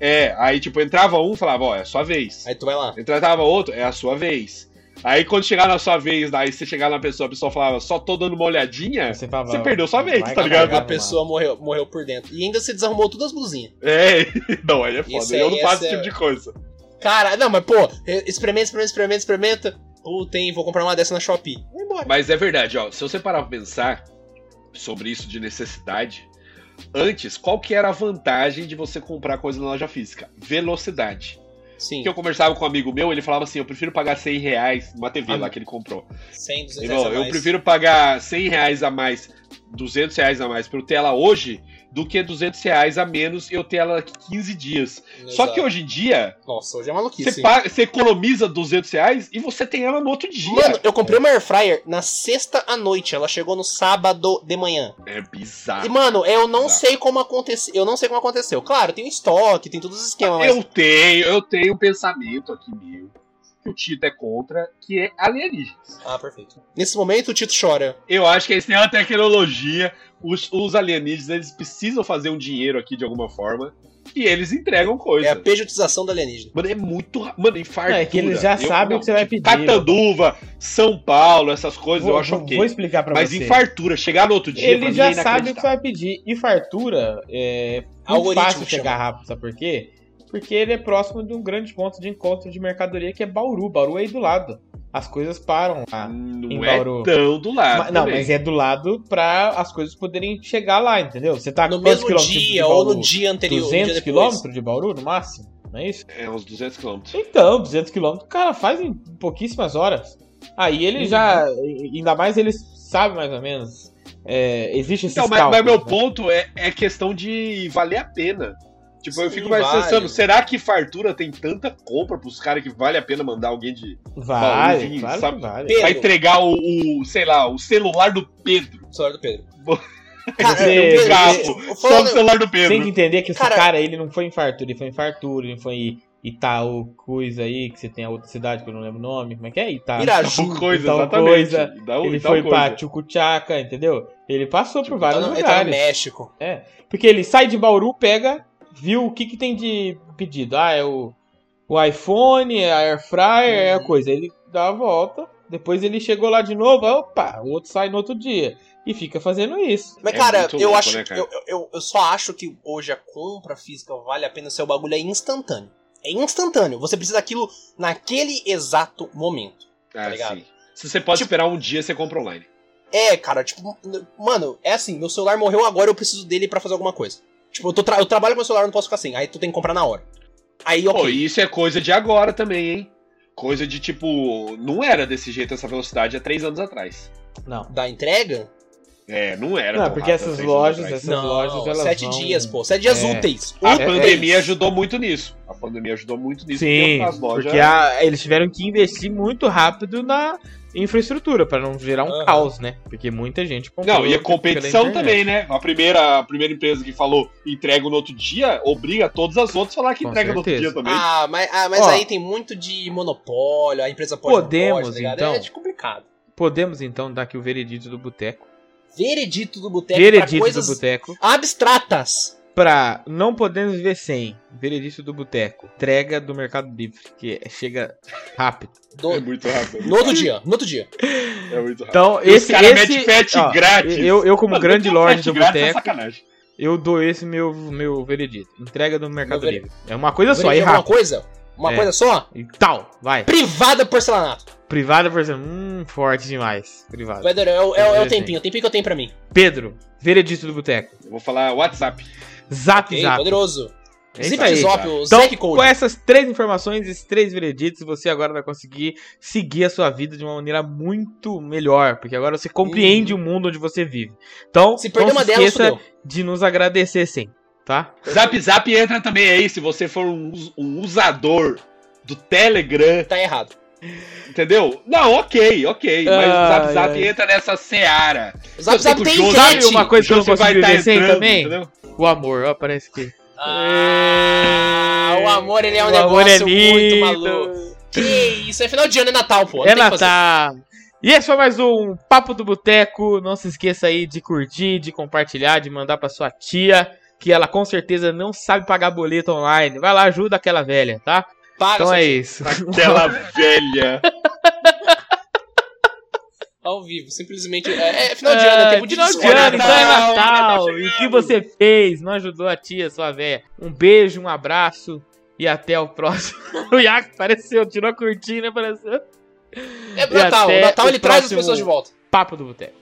C: É, aí tipo, entrava um e falava, ó, é a sua vez.
B: Aí tu vai lá.
C: Entrava outro, é a sua vez. Aí quando chegar na sua vez, aí você chegar na pessoa, a pessoa falava, só tô dando uma olhadinha.
A: é. Você, fala,
C: Você perdeu sua vez,
A: vai
C: tá
A: cagar,
C: ligado?
B: A
A: vai
B: pessoa morreu, morreu por dentro. E ainda se desarrumou todas as blusinhas.
C: É, *laughs* não, aí é foda.
B: Isso
C: eu
B: aí, é-
C: não faço esse
B: essa-
C: tipo de coisa.
B: Cara, não, mas pô, experimenta, experimenta, experimenta, experimenta. Ou tem, vou comprar uma dessa na Shopee. Vai embora.
C: Mas é verdade, ó. Se você parar pra pensar sobre isso de necessidade, antes, qual que era a vantagem de você comprar coisa na loja física? Velocidade.
B: Sim,
C: Porque eu conversava com um amigo meu, ele falava assim: eu prefiro pagar 100 reais uma TV
B: Ah,
C: lá
B: não.
C: que ele comprou.
B: 100, 200
C: Ele falou,
B: a
C: eu
B: é mais.
C: prefiro pagar 100 reais a mais, 200 reais a mais pra eu ter ela hoje, do que 200 reais a menos e eu ter ela daqui 15 dias. Só
B: Exato.
C: que hoje em dia,
B: Nossa, hoje é
C: Você,
B: maluquice. hein?
C: paga- você economiza 200 reais e você tem ela no outro dia.
B: Mano, eu comprei uma air fryer na sexta à noite. Ela chegou no sábado de manhã.
C: é
B: E,
C: bizarro.
B: mano, eu não
C: Exato.
B: sei como aconteceu. Eu não sei como aconteceu. Claro, tem um estoque, tem todos os esquemas,
C: *laughs*
B: mas.
C: Eu tenho, eu tenho um pensamento aqui meu, que o Tito é contra, que é alienígenas.
B: Ah, perfeito. Nesse momento o Tito chora.
C: Eu acho que eles têm uma tecnologia, os, os alienígenas eles precisam fazer um dinheiro aqui de alguma forma, e eles entregam
B: É
C: coisa.
B: a pejotização da alienígena.
C: Mano, é muito. ra- Mano, infarto.
A: É que eles já sabem o que você vai pedir.
C: Catanduva, São Paulo, essas coisas,
A: Vou,
C: eu acho
A: vou-
C: ok.
A: vou explicar pra
C: Mas
A: você.
C: infartura, chegar no outro dia, pra
A: Ele
C: mim é
A: já sabe o que
C: inacreditável.
A: você vai pedir. E fartura é muito
B: Algoritmo
A: fácil
B: que
A: chegar
B: chama.
A: rápido, sabe por quê? Porque ele é próximo de um grande ponto de encontro de mercadoria que é Bauru. Bauru é aí do lado. As coisas param lá. em
C: Não
A: Bauru.
C: é tão do lado.
A: Ma- não,
C: também.
A: mas é do lado pra as coisas poderem chegar lá, entendeu? Você tá a
B: No
A: quantos
B: mesmo
A: quilômetros de
B: dia
A: Bauru?
B: ou no dia anterior. no dia
A: 200
B: depois.
A: quilômetros de Bauru, no máximo? Não é isso?
C: É uns 200 quilômetros.
A: Então, 200 quilômetros, cara, faz em pouquíssimas horas. Aí
C: Uhum.
A: ele já. Ainda mais ele sabe mais ou menos. É, né? existe esse
C: Então, mas, mas meu ponto é, é questão de valer a pena. Tipo, eu
B: Sim,
C: fico mais
B: vale.
C: pensando, será que fartura tem tanta compra pros caras que vale a pena mandar alguém de. Bauru,
A: Vale,
C: enfim,
A: claro
C: é sabe?
A: que vale.
B: Pedro.
C: Pra entregar o, o, sei lá, o celular do Pedro.
B: Celular do
C: *laughs*
B: Pedro.
A: Você-
B: Pedro, foi
C: Só
B: um-
C: o celular do
A: Tem que
C: Pedro.
A: entender que esse
B: Cara-
A: cara, ele não foi em fartura, ele foi em fartura, ele foi em Itaú, coisa aí, que você tem a outra cidade que eu não lembro o nome, como é que é? Itaú.
B: um Iraju.
C: Tal coisa,
A: Tal
C: exatamente.
A: coisa.
C: Dá um-
A: Ele
C: tal
A: foi pra
C: coisa.
A: Chucuchaca, entendeu? Ele passou por
B: Ah,
A: vários
B: não, ele tá no
A: lugares.
B: México.
A: Porque ele sai de Bauru, pega, viu o que, que tem de pedido. Ah, é o, o iPhone, é a Air Fryer, é a
B: Uhum.
A: coisa. Ele dá a volta, depois ele chegou lá de novo, aí, opa, o outro sai no outro dia. E fica fazendo isso.
B: Mas,
C: É
B: cara,
C: muito
B: eu
C: louco,
B: acho.
C: né, cara?
B: Eu, eu, eu só acho que hoje a compra física vale a pena se o bagulho é instantâneo. É instantâneo. Você precisa daquilo naquele exato momento.
A: tá
C: Ah,
B: ligado?
C: sim. Se você pode
B: Tipo-
C: esperar um dia, você compra online.
B: É, cara, tipo, mano, é assim, meu celular morreu agora, eu preciso dele pra fazer alguma coisa. Tipo, eu, tô tra- eu trabalho com meu celular, eu não posso ficar sem. Aí tu tem que comprar na hora. Aí, ok.
C: Pô, isso é coisa de agora também, hein? Coisa de tipo. Não era desse jeito essa velocidade há três anos atrás.
A: Não.
B: Da entrega?
C: É, não era.
A: Não,
C: tão
A: porque
C: rápido há
A: essas
C: três anos
A: lojas,
C: atrás.
A: essas lojas, elas
B: sete
A: vão-
B: dias, pô. Sete dias
A: É.
B: úteis.
C: A
B: Úteis.
C: pandemia ajudou muito nisso. A pandemia ajudou muito nisso.
A: Sim,
C: porque as lojas-
A: porque a- eles tiveram que investir muito rápido na infraestrutura pra não gerar um
B: Aham.
A: caos, né? Porque muita gente comprou
C: Não, e a
A: pela
C: competição
A: internet.
C: também, né? A primeira, a primeira empresa que falou entrega no outro dia, obriga todas as outras a falar que
A: Com
C: entrega no outro
A: certeza.
C: dia também.
B: Ah, mas, ah, mas
A: Ó.
B: aí tem muito de monopólio, a empresa pode. não
A: Podemos,
B: pode, tá ligado?
A: então.
B: É de complicado.
A: Podemos então dar aqui o veredito do boteco.
B: Veredito do boteco pra
A: Veredito
B: coisas
A: do boteco.
B: abstratas.
A: pra não podemos viver sem veredito do boteco, entrega do Mercado Livre, que é, chega rápido.
B: Do-
C: É muito rápido.
B: no outro dia, no outro dia.
C: É muito rápido.
A: Então,
C: E os
A: esse
C: caras
A: esse
C: metem pet
A: ó,
C: grátis.
A: eu, eu como
C: Mano,
A: grande
C: meter
A: lorde
C: pet
A: do
C: grátis É
A: boteco,
C: sacanagem.
A: eu dou esse meu meu veredito, entrega do Mercado
B: Meu ver-
A: Livre. É uma coisa só, e
B: Veredito é uma
A: rápido.
B: coisa? Uma
A: É.
B: coisa só?
A: E tal, vai.
B: Privada porcelanato.
A: Privada, por exemplo, hum, forte demais, privada.
B: Pedro, é, o- é o- é o
A: Beleza, hein?
B: tempinho, o tempinho que eu tenho pra mim.
A: Pedro, veredito do boteco.
C: Eu vou falar WhatsApp.
A: Zap
B: Ok,
A: zap.
B: poderoso.
A: É isso aí.
B: Zip Zop, o
A: Então,
B: Zack
A: com
B: Code.
A: essas três informações, esses três vereditos, você agora vai conseguir seguir a sua vida de uma maneira muito melhor, porque agora você compreende o mundo onde você vive. Então,
B: Se perder
A: não
B: uma
A: se
B: delas,
A: esqueça
B: fudeu.
A: de nos agradecer sim, tá?
C: Zap Zap entra também aí, se você for um, us- um usador do Telegram,
B: Tá errado.
C: entendeu? Não, ok, ok. Mas o Zap
A: Ai,
C: Zap
A: ai.
C: entra nessa seara.
B: O Zap Zap tem
C: Jô,
A: sabe
B: enquete.
A: uma coisa que eu não
C: Você vai
A: consigo
C: tá
A: viver sem
C: entrando,
A: também?
C: entendeu?
A: O amor, ó, parece que.
B: Ah, o amor, ele é um
A: O amor
B: negócio
A: é
B: muito
A: lindo.
B: maluco. Que isso, é final de ano, é Natal, pô. não
A: É
B: tem o que fazer.
A: Natal! E esse foi mais um Papo do Boteco. Não se esqueça aí de curtir, de compartilhar, de mandar pra sua tia, que ela com certeza não sabe pagar boleto online. Vai lá, ajuda aquela velha, tá?
B: Paga,
A: Então
B: seu
A: é
B: tio.
A: isso.
C: Aquela velha.
B: Ao vivo, simplesmente. É, é final de ano, é
A: Ah,
B: tempo de
A: final de
B: discordar,
A: ano, então é
B: tá?
C: Natal,
A: Natal.
C: Natal
A: E o que você fez? Não ajudou a tia, sua velha. Um beijo, um abraço e até o próximo. *laughs* o Iaco apareceu, tirou a cortina, apareceu.
B: É pro Natal.
A: até
B: O Natal
A: o
B: ele traz as
A: próximo-
B: pessoas de volta.
A: Papo do Boteco.